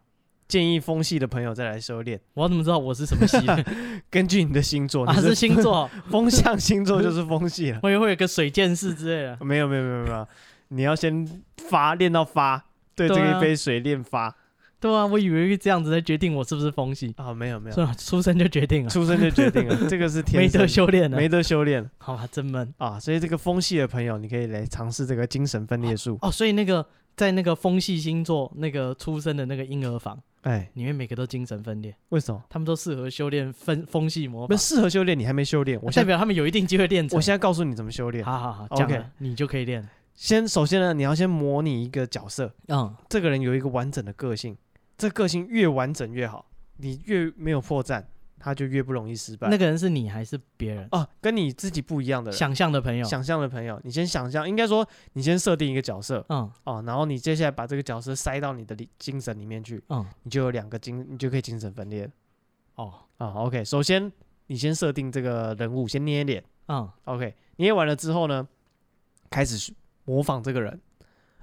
建议风系的朋友再来修炼。
我怎么知道我是什么系的
(laughs) 根据你的星座，
啊？
你
是
是
星座， (laughs)
风象星座就是风系了。
我以为会有个水剑士之类的。
没有没有没有没有，你要先发练到发，对这
对啊
个一杯水练发
对啊，我以为这样子来决定我是不是风系，
啊，没有没有，
算了，出生就决定了，
出生就决定了，这个是
没
天生
得
的
修炼了
没。得修炼
好啊，真闷
啊，所以这个风系的朋友，你可以来尝试这个精神分裂术。
哦。所以那个在那个风系星座那个出生的那个婴儿房
哎，
里面，每个都精神分裂。
为什么？
他们都适合修炼分风系魔
不
法
是，适合修炼，你还没修炼，我
我
现
代
在
表他们有一定机会练成。
我现在告诉你怎么修炼。
好好好，这
OK
样了你就可以练。
先首先呢，你要先模拟一个角色，
嗯，
这个人有一个完整的个性，这个性越完整越好，你越没有破绽，他就越不容易失败。
那个人是你还是别人？
哦、跟你自己不一样的人。
想象的朋友。
想象的朋友，你先想象，应该说你先设定一个角色
嗯
哦，然后你接下来把这个角色塞到你的里精神里面去，
嗯，
你就有两个精，你就可以精神分裂了
哦，
啊、OK，首先你先设定这个人物，先捏脸
嗯，
，OK，捏完了之后呢，开始模仿这个人，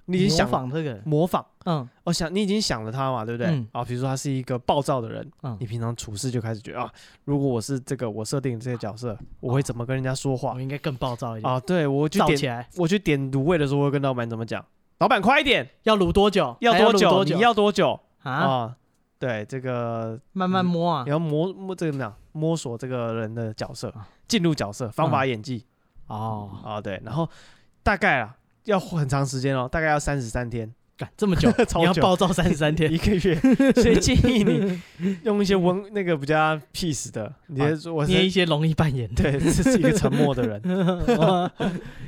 你已经
模
想
仿这个人。
模仿，
嗯
哦，想你已经想了他嘛，对不对？啊、
嗯
比如说他是一个暴躁的人，
嗯
你，平常处事就开始觉得啊，如果我是这个我设定这个角色，我会怎么跟人家说话
啊我应该更暴躁一点。
啊？对我去
燥
点
起来
我去点卤味的时候，我会跟老板怎么讲？老板快一点，
要卤多久？
要
还要
多
卤
久？
多
你
久？
要多久啊
啊，
对，这个
慢慢摸啊
你。要摸摸这个怎么样？摸索这个人的角色
啊，
进入角色，方法演技、
哦，
啊，对，然后大概啊要很长时间哦，大概要三十三天，，
干这么久
(laughs) 超
你要
久
暴躁三十
(laughs)
三天。
一个
(laughs)
月，所以建议你 (laughs) 用一些温那个比较 peace 的，你
啊
的说我
捏
是
一些容易扮演的，
(laughs) 对，这是一个沉默的
(laughs)
人，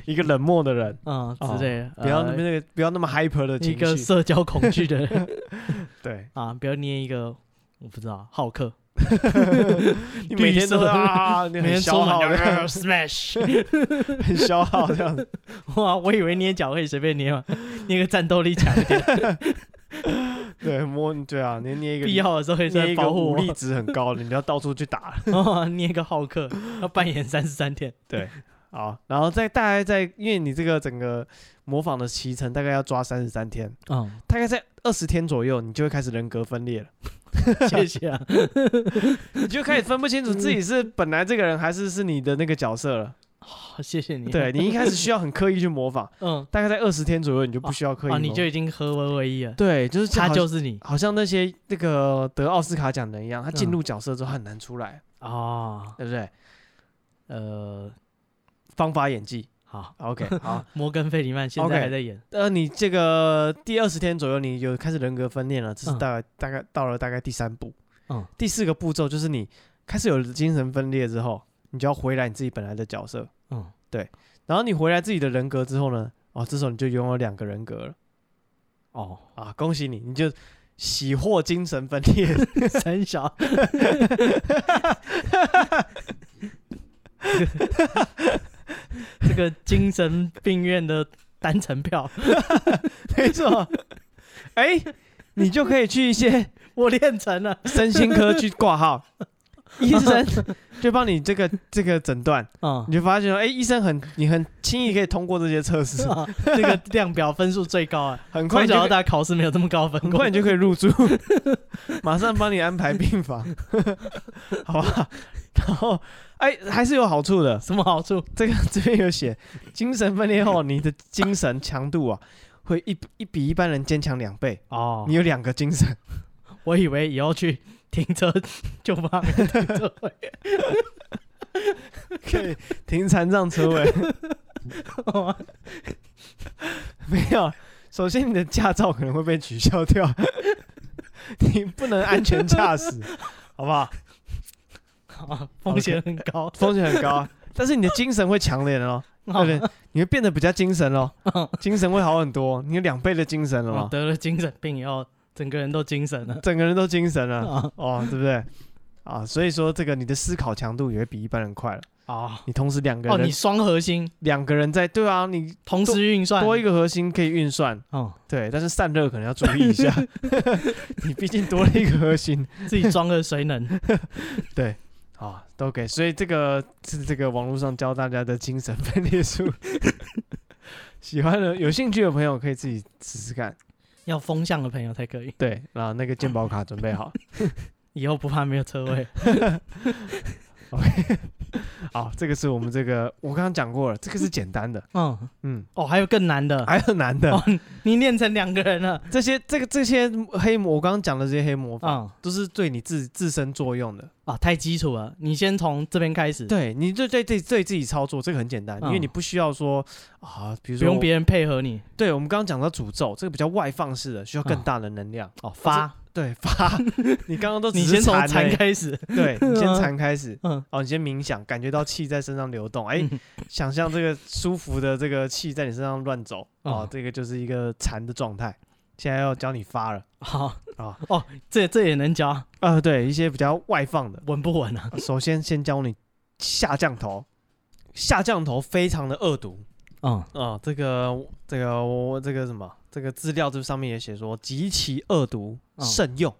一个冷漠的人，
嗯之类的，
哦不要那
呃
么那个不要那么 hyper 的
一
情
个
绪，
社交恐惧的 (laughs) 人
对，
啊，不要捏一个我不知道好客，
你每天都
绿色
啊，你
每
很
天
消
充
耗
满
这样 (laughs)
smash，
很消耗这样子。
哇！我以为捏脚可以随便捏嘛，捏个战斗
(laughs)
力强一点，
对，摸对啊，你捏一
(laughs)
个
必要的时候可以
捏
再
一个
保护
武力
我
值很高的，你就要到处去打。，
哦 (laughs) 捏个浩克，要扮演三十三天，
对，好，然后再大概在，因为你这个整个模仿的期程大概要抓三十三天，
嗯，
大概在二十天左右，你就会开始人格分
(laughs)
裂了，
谢谢啊，
你就开始分不清楚自己是本来这个人还是是你的那个角色了。
好谢谢你，
对，你一开始需要很刻意去模仿，
(laughs) 嗯，
大概在二十天左右，你就不需要
(laughs)
刻意模
啊，
仿。
你就已经合为唯一了，
哦对，就是
他
好
就是你
好像那些那个得奥斯卡奖的人一样，他进
嗯
入角色之后他很难出来，
啊，
对不对？
呃，
方法演技
好，
，OK，好，
摩根费里曼现
OK
在还在演，
呃，你这个第二十天左右，你有开始人格分裂了，这是
嗯
大概、大概到了大概第三步，
嗯，
第四个步骤就是你开始有精神分裂之后，你就要回来你自己本来的角色，
嗯，
然后你回来自己的人格之后呢，哦，这时候你就拥有两个人格了 (laughs)
哦，
啊，恭喜你，你就喜获精神分裂
(laughs) 三
(laughs)
小，这个精神病院的单程票，
(laughs) 没错，哎、你就可以去一些
(laughs) 我练成了。 (laughs)
身心科去挂号，医生就帮你这个这个诊断，
啊 (laughs)
你，就发现说，哎、医生很你很轻易可以通过这些测试，
哦这个量表分数最高啊，
很快
快
你就
脚
可以
大考试没有这么高分
很
过
快。你就可以入
(laughs)
住，马上帮你安排病房， (laughs) 好吧？然后，哎，还是有好处的。
什么好处？
这个这边有写，精神分裂后，你的精神强度啊，会一一比一般人坚强两倍。
哦
你，有两个精
(laughs)
神，
我以为以后去停车 (laughs) 就放停车位，
可以停残障车位。
哦
(laughs) 没有，首先你的驾照可能会被取消掉， (laughs) 你不能安全驾驶，好不好？
好哦风险很 (laughs) 高。
风险很高啊。但是你的精神会强烈哦，对不对？ (laughs) 你会变得比较精神 (laughs) 哦，精神会好很多，你有两倍的精神了
我
嘛，
得了精神病以后，整个人都精
(laughs)
神了。
整个人都精神了
啊
哦，对不对？啊，所以说这个你的思考强度也会比一般人快了。
哦
你同时两个
哦，
人
你，双核心
两个人在对啊，你
同时运算，
多一个核心可以运算，
哦，
对，但是散热可能要注意一 (laughs) 下，你毕竟多了一个核心。 (laughs)
自己装个水冷。
啊，都给，所以这个是这个网络上教大家的精神分裂术， (laughs) 喜欢的有兴趣的朋友可以自己试试看。
要风向的朋友才可以，
对，然后那个鉴宝卡准备好，
以后不怕没有车位。
好，这个是我们这个 (laughs) 我刚刚讲过了，这个是简单的，
嗯，
嗯，
哦，还有更难的，
还有难的
哦，你练成两个人了。
这些这个这些黑魔，我刚刚讲的这些黑魔法，
嗯，
都是对你自自身作用的，
啊，太基础了，你先从这边开始，
对，你就对对对自己操作，这个很简单，因为
嗯
你不需要说啊，比如
不
说
用别人配合你
对我们刚刚讲到诅咒，这个比较外放式的，需要更大的能量。
哦，发，
对，
(laughs)
发，你刚刚都只
你
是欸
先从
禅而
禅
已，
开始。
(laughs) 对你先禅开始，
嗯，
哦，你先冥想，感觉到气在身上流动，哎、
嗯
想象这个舒服的这个气在你身上乱走，哦
嗯，
这个就是一个禅的状态。现在要教你发了
好
啊，
哦，这这也能教，
呃，对，一些比较外放的，
稳不稳啊？
首先先教你下降头，下降头非常的恶毒
嗯，
啊、这个这个我这个什么，这个资料这上面也写说极其恶毒，
嗯
慎用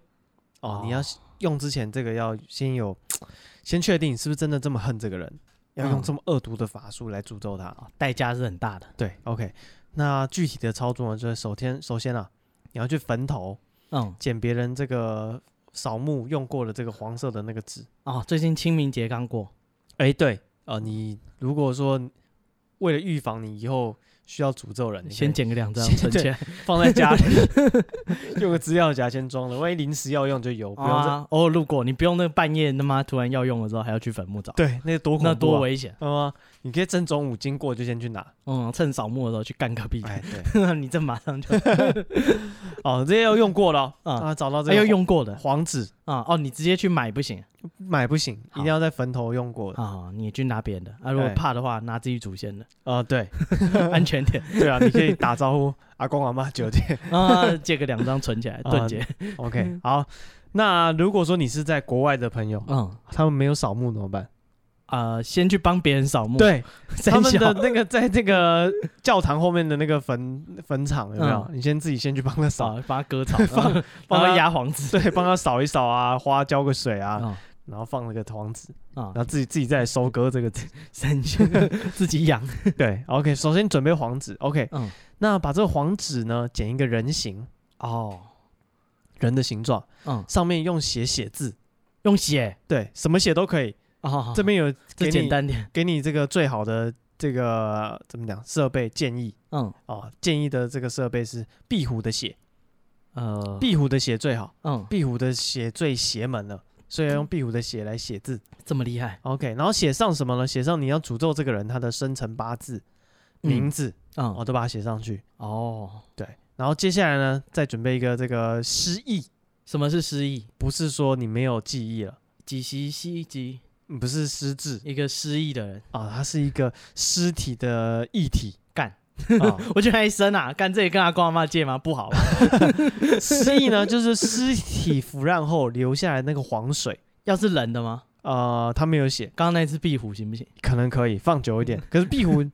哦，你要用之前，这个要先有先确定是不是真的这么恨这个人，要用
嗯
这么恶毒的法术来诅咒他。啊
哦代价是很大的。
对，OK。那具体的操作呢，就是首先首先啊，你要去坟头
嗯，
捡别人这个扫墓用过的这个黄色的那个纸。
哦，最近清明节刚过，
哎，对，呃，你如果说为了预防你以后需要诅咒人，你可以
先捡个两张
先
存起来， (laughs)
放在家里， (laughs) 用个资料夹先装了，万一临时要用就有，不
不
用
用
这。
啊，偶尔路过，你不用那个半夜他妈突然要用的时候还要去坟墓找，
对，那个多恐怖、
那
啊，
多危险。
嗯啊你可以正中午经过就先去拿。
嗯，趁扫墓的时候去干个屁，
哎，对，
(laughs) 你这马上就
(laughs)
啊
哦，这些要用过了哦、
嗯
啊，找到这
还
个
要
黄
用过的
黄纸
啊。哦，你直接去买不行
买不行，一
好
定要在坟头用过的
啊，你去拿别人的啊。如果
哎
怕的话，拿自己祖先
(laughs)
的，
啊、对
安全点
对啊，你可以打招呼阿公阿妈酒 (laughs) 店。
啊，借个两张存起来，
(laughs) 啊
盾姐。
OK，好，那如果说你是在国外的朋友，
(laughs) 嗯，
他们没有扫墓怎么办？
啊，先去帮别人扫墓，，
对，他
三
们
小
的那个在这个教堂后面的那个坟坟场有没有？你先自己先去帮他扫，
扫，啊帮他割 (laughs) 草，
放
帮帮
他
他压黄纸
对，帮他扫一扫啊，花浇个水啊，
啊
然后放那个黄纸，
啊
然，后自己自己再来收割这个纸。 (laughs)
三小 (laughs) 自己养。
对，OK，首先准备黄纸，OK，
嗯，
那把这个黄纸呢剪一个人形，
哦，
人的形状，
嗯，
上面用血写字，
用血
对，什么血都可以。
哦，
这边有给
这
你
简单点。
给你这个最好的这个怎么讲设备建议
嗯，
啊、建议的这个设备是壁虎的血，
呃，
壁虎的血最好，
嗯，
壁虎的血最邪门了，所以要用壁虎的血来写字。
这么厉害，
OK，然后写上什么呢？写上你要诅咒这个人他的生辰八字、名
嗯
字，
嗯
哦，都把它写上去。
哦，
对，然后接下来呢，再准备一个这个失忆，
什么是失忆？
不是说你没有记忆了，
几袭西几
嗯不是失智
一个失忆的人， (laughs)
啊，它是一个尸体的异体。
干
(laughs) 啊，
我觉得医生啊，干这也跟阿公阿妈借吗？不好吧，啊
失忆呢，就是尸体腐烂后留下来那个黄水。
(laughs) 要是人的吗？
呃，他没有写，
刚刚那只壁虎行不行？
可能可以放久一点。可是壁 (laughs) 虎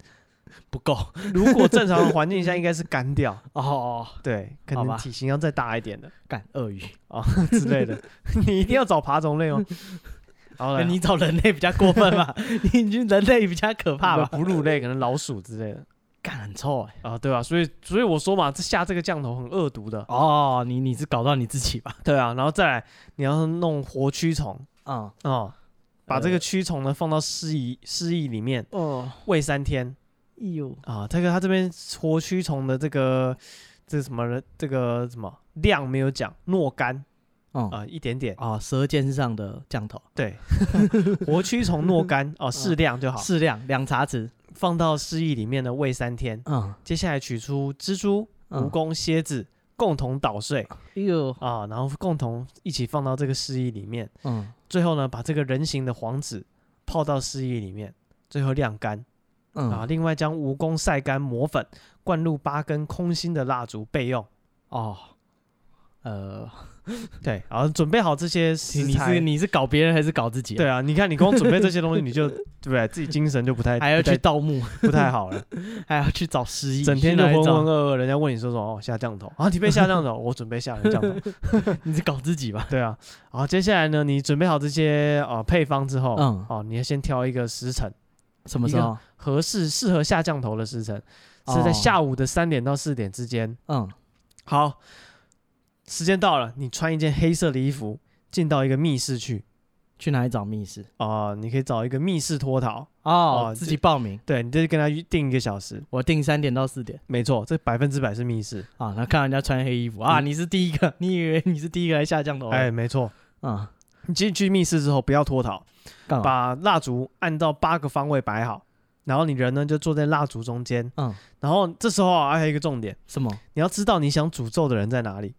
不够
如果正常的环境下应该是干掉，
哦，
对，可
好
能
吧
体型要再大一点的。
干鳄鱼
(laughs) 啊之类的，你一定要找爬虫类哦。好嘞，
哎你找人类比较过分吧？ (laughs) 你你人类比较可怕吧？
哺乳 (laughs) 类可能老鼠之类的
干很臭哎、
啊，对吧、所以所以我说嘛，这下这个降头很恶毒的，
哦，你你是搞到你自己吧？
对啊，然后再来你要弄活蛆虫
嗯，
哦，把这个
呃
蛆虫呢放到尸蚁尸蚁里面
哦，
喂三天
哎呦，
啊，这个他这边活蛆虫的这个这个什么人这个什么量没有讲，若干
嗯
啊、一点点，
啊，舌尖上的降头，
对，活蛆虫若
(laughs)
干
嗯
哦适量就好，
适量两茶匙，
放到尸蚁里面呢喂三天，
嗯，
接下来取出蜘蛛、蜈
嗯，
蚣、蝎子共同捣碎
哎呦，
啊，然后共同一起放到这个尸液里面，
嗯
最后呢把这个人形的黄纸泡到尸液里面，最后晾干啊。
嗯，
另外将蜈蚣晒干磨粉，灌入八根空心的蜡烛备用。
哦，呃，
对，然后准备好这些食
你
材
是。你是搞别人还是搞自己、
对，啊，你看你光准备这些东西，
(laughs)
你就对不对？自己精神就不太
还要
不太
去盗墓，
不太好了，
还要去找失忆，
整天就
去哪
浑
里找
浑噩噩。人家问你说什么？哦，下降头啊，你被下降头，我准备下人降头。
(laughs) 你是搞自己吧？
对啊，好，接下来呢，你准备好这些呃配方之后，
嗯
哦，你要先挑一个时辰
什么时候？
合适适合下降头的时辰，是在
哦
下午的三点到四点之间。
嗯，
好，时间到了，你穿一件黑色的衣服进到一个密室去
去哪里找密室？
啊、你可以找一个密室脱逃，
哦
哦，
自
这
己报名，
对你就跟他约定一个小时，
我定三点到四点
没错，这百分之百是密室，
啊。那看人家穿黑衣服啊，
嗯
你是第一个，你以为你是第一个来下降头？
哎，，没错。
嗯，
你进去密室之后，不要脱逃，
干嘛？
把蜡烛按到八个方位摆好，然后你人呢就坐在蜡烛中间，
嗯，
然后这时候啊，还有一个重点，
什么？
你要知道你想诅咒的人在哪里。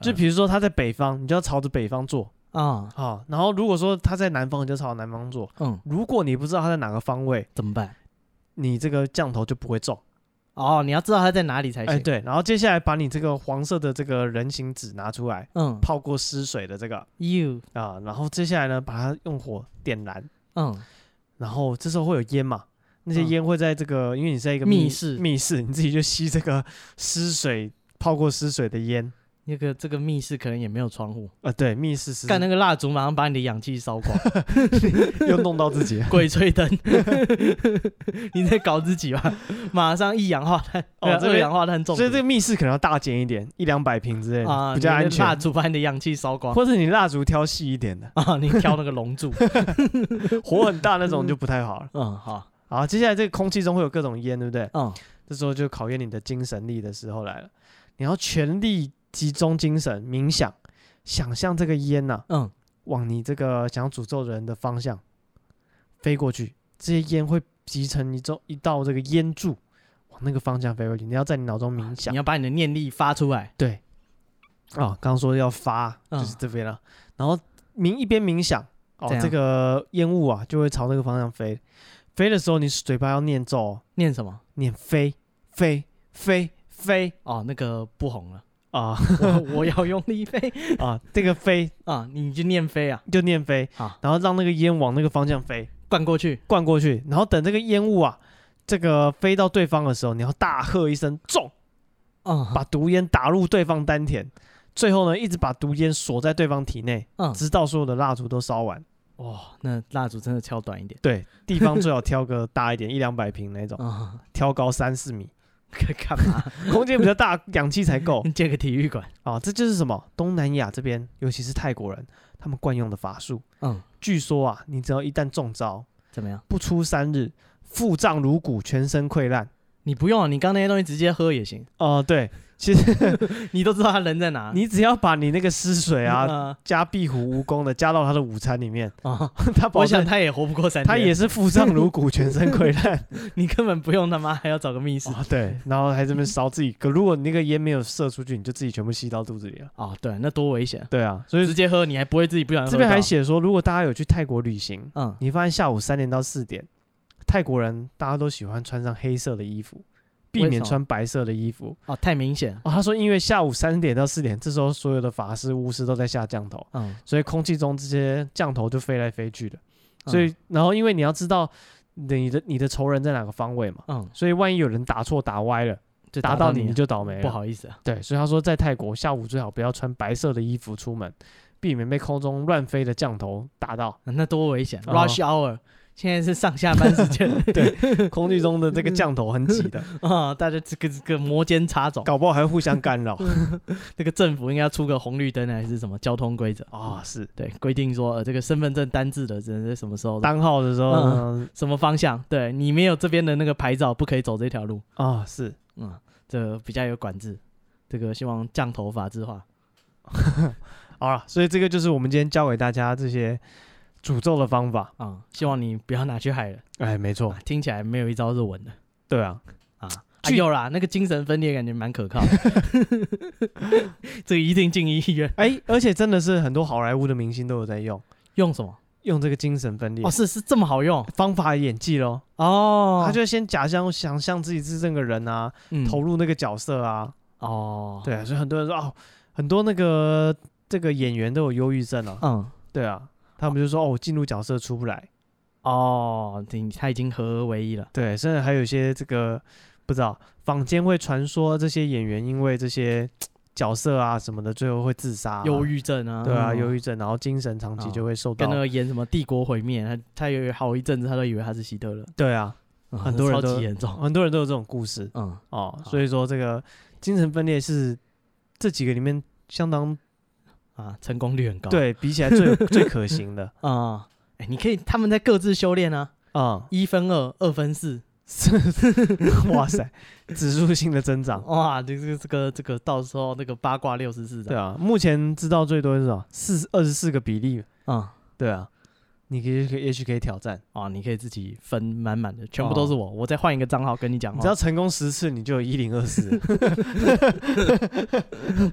就
呃
比如说他在北方，你就要朝着北方坐
啊，
啊。然后如果说他在南方，你就朝着南方坐。
嗯，
如果你不知道他在哪个方位，
怎么办？
你这个降头就不会中。
哦，你要知道他在哪里才
哎，
行。，
对。然后接下来把你这个黄色的这个人形纸拿出来，
嗯
泡过湿水的这个
，you，
啊，然后接下来呢，把它用火点燃，
嗯，
然后这时候会有烟嘛。那些
嗯
烟会在这个，因为你在一个
密室
密室你自己就吸这个湿水泡过湿水的烟
那个这个密室可能也没有窗户，
啊、对，密室湿
干那个蜡烛马上把你的氧气烧光，
(laughs)
(laughs)
又弄到自己了，
鬼吹灯，你在搞
(laughs)
自己吧？马上一氧化碳，
哦
呃
这边
二氧化碳 (laughs) 中毒，
所以这个密室可能要大间一点，一两百平之类的，
啊
比较
你的
安
蜡
全。
烛啊把你的氧气烧光，
或者你蜡烛挑细一点的
(laughs) 啊，你挑那个龙
(laughs)
柱，
火很大那种就不太好了。
嗯，好，
好，接下来这个空气中会有各种烟，对不对？
嗯，
这时候就考验你的精神力的时候来了，你要全力集中精神冥想，想象这个烟呐、
嗯，
往你这个想要诅咒的人的方向飞过去，这些烟会集成一种一道这个烟柱，往那个方向飞过去。你要在你脑中冥想
你。要把你的念力发出来，
对，哦，刚刚说要发，就是
嗯
这边了。然后冥一边冥想，哦
怎，样
这个烟雾啊就会朝那个方向飞。飞的时候，你嘴巴要念咒、哦，
念什么？
念飞飞飞飞
哦，那个不红
(laughs)
了，
啊
我我要用力飞
啊，这个飞
啊，你就念飞啊，
就念飞
好，
然后让那个烟往那个方向飞，
灌过去，
灌过去。然后等这个烟雾啊，这个飞到对方的时候，你要大喝一声中，
嗯，
把毒烟打入对方丹田。最后呢，一直把毒烟锁在对方体内，
嗯，
直到所有的蜡烛都烧完。
哇、那蜡烛真的敲短一点，
对，地方最好挑个大一点，一两百平那种，
嗯，
挑高三四米，
干 (laughs) 干嘛？
空间比较大，氧气才
(laughs)
够
建个体育馆，
啊。这就是什么？东南亚这边，尤其是泰国人，他们惯用的法术。
嗯，
据说啊，你只要一旦中招，
怎么样？
不出三日，腹胀如鼓，全身溃烂。
你不用、啊，你刚那些东西直接喝也行，
哦、对，其实
你都知道他人在哪，
(laughs) 你只要把你那个湿水 (laughs) 啊，
啊
加壁虎蜈蚣的加到他的午餐里面， (laughs)
啊！
他保
我想
证
他也活不过三天，
他也是腹胀如鼓，全身溃烂。 (laughs)
你根本不用他妈还要找个密室
啊，对， (laughs) 然后还这边烧自己。可如果你那个烟没有射出去，你就自己全部吸到肚子里了。
哦，对，那多危险！
对啊，所以
直接喝你还不会自己不想喝到，
这边还写说，如果大家有去泰国旅行，
嗯
你发现下午三点到四点，泰国人大家都喜欢穿上黑色的衣服，避
为
免
什么
穿白色的衣服。
哦，太明显了，
哦，他说因为下午三点到四点，这时候所有的法师巫师都在下降头，
嗯，
所以空气中这些降头就飞来飞去的。
嗯
所以，然后因为你要知道你的你的仇人在哪个方位嘛，
嗯，
所以万一有人打错打歪了，
就
打
到
到你你就倒霉了。
不好意思啊，
对，所以他说在泰国下午最好不要穿白色的衣服出门，避免被空中乱飞的降头打到。
那多危险
哦
！Rush hour，现在是上下班时间 (laughs)
空气中的这个降头很挤的，
啊，大家这个这个摩肩擦踵，
搞不好还会互相干
(laughs)
扰
这个政府应该要出个红绿灯还是什么交通规则？
啊、是
对，规定说呃，这个身份证单字的人在什么时候
单号的时候呢
什么方向？对你没有这边的那个牌照，不可以走这条路。
啊、是
嗯，这比较有管制。这个希望降头法制化。
好了，所以这个就是我们今天教给大家这些诅咒的方法。
啊、希望你不要拿去害人。
哎，没错
啊，听起来没有一招是稳的
对啊，
啊。啊
据
有啦，那个精神分裂感觉蛮可靠的， (laughs) 这个一定进医院。
哎，而且真的是很多好莱坞的明星都有在用
用什么？
用这个精神分裂、
哦，是是这么好用
方法演技咯。
哦。
他就先假象想象自己是这个人啊，
嗯
投入那个角色啊，
哦，，
对啊，所以很多人说哦，很多那个这个演员都有忧郁症啊，
嗯，
对啊，他们就说哦，我进入角色出不来，
哦，你他已经合二为一了。
对，甚至还有一些这个不知道坊间会传说这些演员因为这些角色啊什么的，最后会自杀、
忧、，郁症啊，
对啊，忧
郁
郁症，然后精神长期就会受到，
跟那个演什么帝国毁灭，他他有好一阵子他都以为他是希特勒，
对啊，
(laughs) 嗯
很多人
超
都
级严重。
很多人都有这种故事
嗯，
哦，
好
所以说这个精神分裂是这几个里面相当
(laughs) 啊，成功率很高。
对比起来 (laughs) 最最可行的
啊，哎、你可以他们在各自修炼啊，
(laughs) 啊、
一分二，二分四，
哇塞，指数性的增长，
哇，这个这个这个到时候那个八卦六十四
(laughs) 对
张，
啊，目前知道最多是少？四二十四个比例，
啊、
对啊，你可以可以也许可以挑战。
哦，你可以自己分满满的，全部都是我，我再换一个账号跟你讲
哦
哦
你
话。
只要成功十次，你就有一零二 (laughs) 四。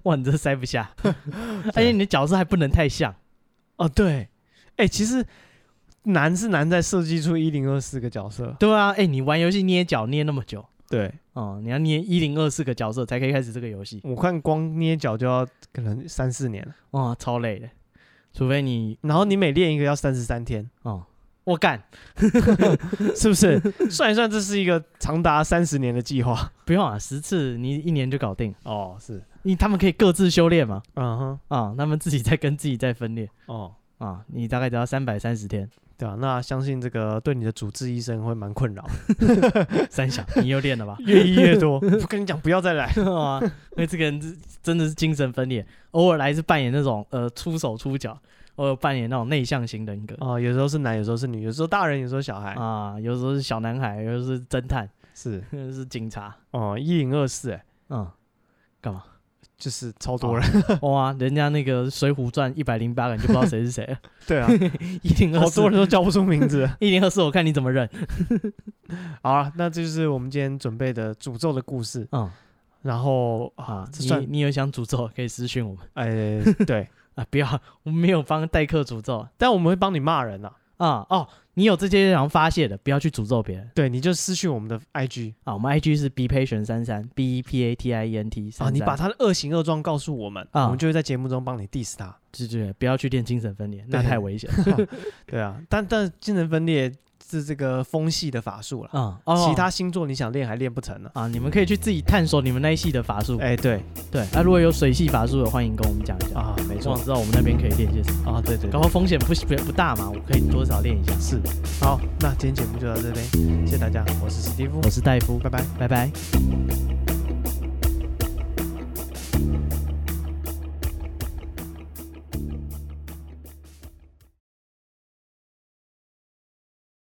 哇，你这塞
(laughs)
不下，而
哎
且你的角色还不能太像，
啊哦，对，哎、其实难是难在设计出一零二四个角色。
对啊，哎、你玩游戏捏脚捏那么久，
对
哦、你要捏一零二四个角色才可以开始这个游戏，
我看光捏脚就要可能三四年了，
哇、哦超累的，除非你，
然后你每练一个要三十三 (laughs) 天，
哦、我干，
是不是？算一算，这是一个长达三十年的计划。
不用啊，十次你一年就搞定，
哦，是，
你他们可以各自修炼嘛，
嗯哼，
啊、他们自己在跟自己在分裂
哦，
啊、你大概只要三百三十天， (laughs)
对啊，那相信这个对你的主治医生会蛮困扰， (laughs)
三小，你又练了吧？
越医越 (laughs) 多。我跟你讲，不要再来。
啊，因为这个人真真的是精神分裂，偶尔来是扮演那种呃出手出脚，偶尔扮演那种内向型人格
哦，哎有时候是男，有时候是女，有时候大人，有时候小孩。
啊，有时候是小男孩，有时候是侦探，
是，
有时候是警察，
哦，一零二四，哎，
嗯，干嘛？
就是超多 (laughs) 人。
哇，人家那个《水浒传》一百零八个人就不知道谁是谁了， (laughs)
对啊，
一零二
好
四
多，人都叫不出名 (laughs) 字。
一零二四，我看你怎么认。
好啊，那这就是我们今天准备的诅咒的故事。
嗯
然后啊
啊，，
这
你
算
你有想诅咒可以私讯我们
哎对，
啊，不要， (laughs) 我们没有帮代课诅咒
但我们会帮你骂人啊。
啊。哦，你有这些想发泄的，不要去诅咒别人。
对，你就私讯我们的 IG
啊，我们 IG 是 b patient 三三 b e p a t i e n t
啊，
三
你把他的恶行恶状告诉我们，
啊
我们就会在节目中帮你 diss 他。
对对，不要去练精神分裂，那
对
太危
(laughs)
险
对啊，但但精神分裂是这个风系的法术了，
啊。
其他星座你想练还练不成呢。
啊，你们可以去自己探索你们那一系的法术。
哎，对
对，那如果有水系法术的，欢迎跟我们讲一下。
啊，没
我
错
想知道我们那边可以练些什么，
啊，对对
然
对，
后风险不不不大嘛，我可以多少练一下。
是。好，那今天节目就到这边，谢谢大家，我是史蒂夫
我，是戴夫，
拜拜。
拜拜。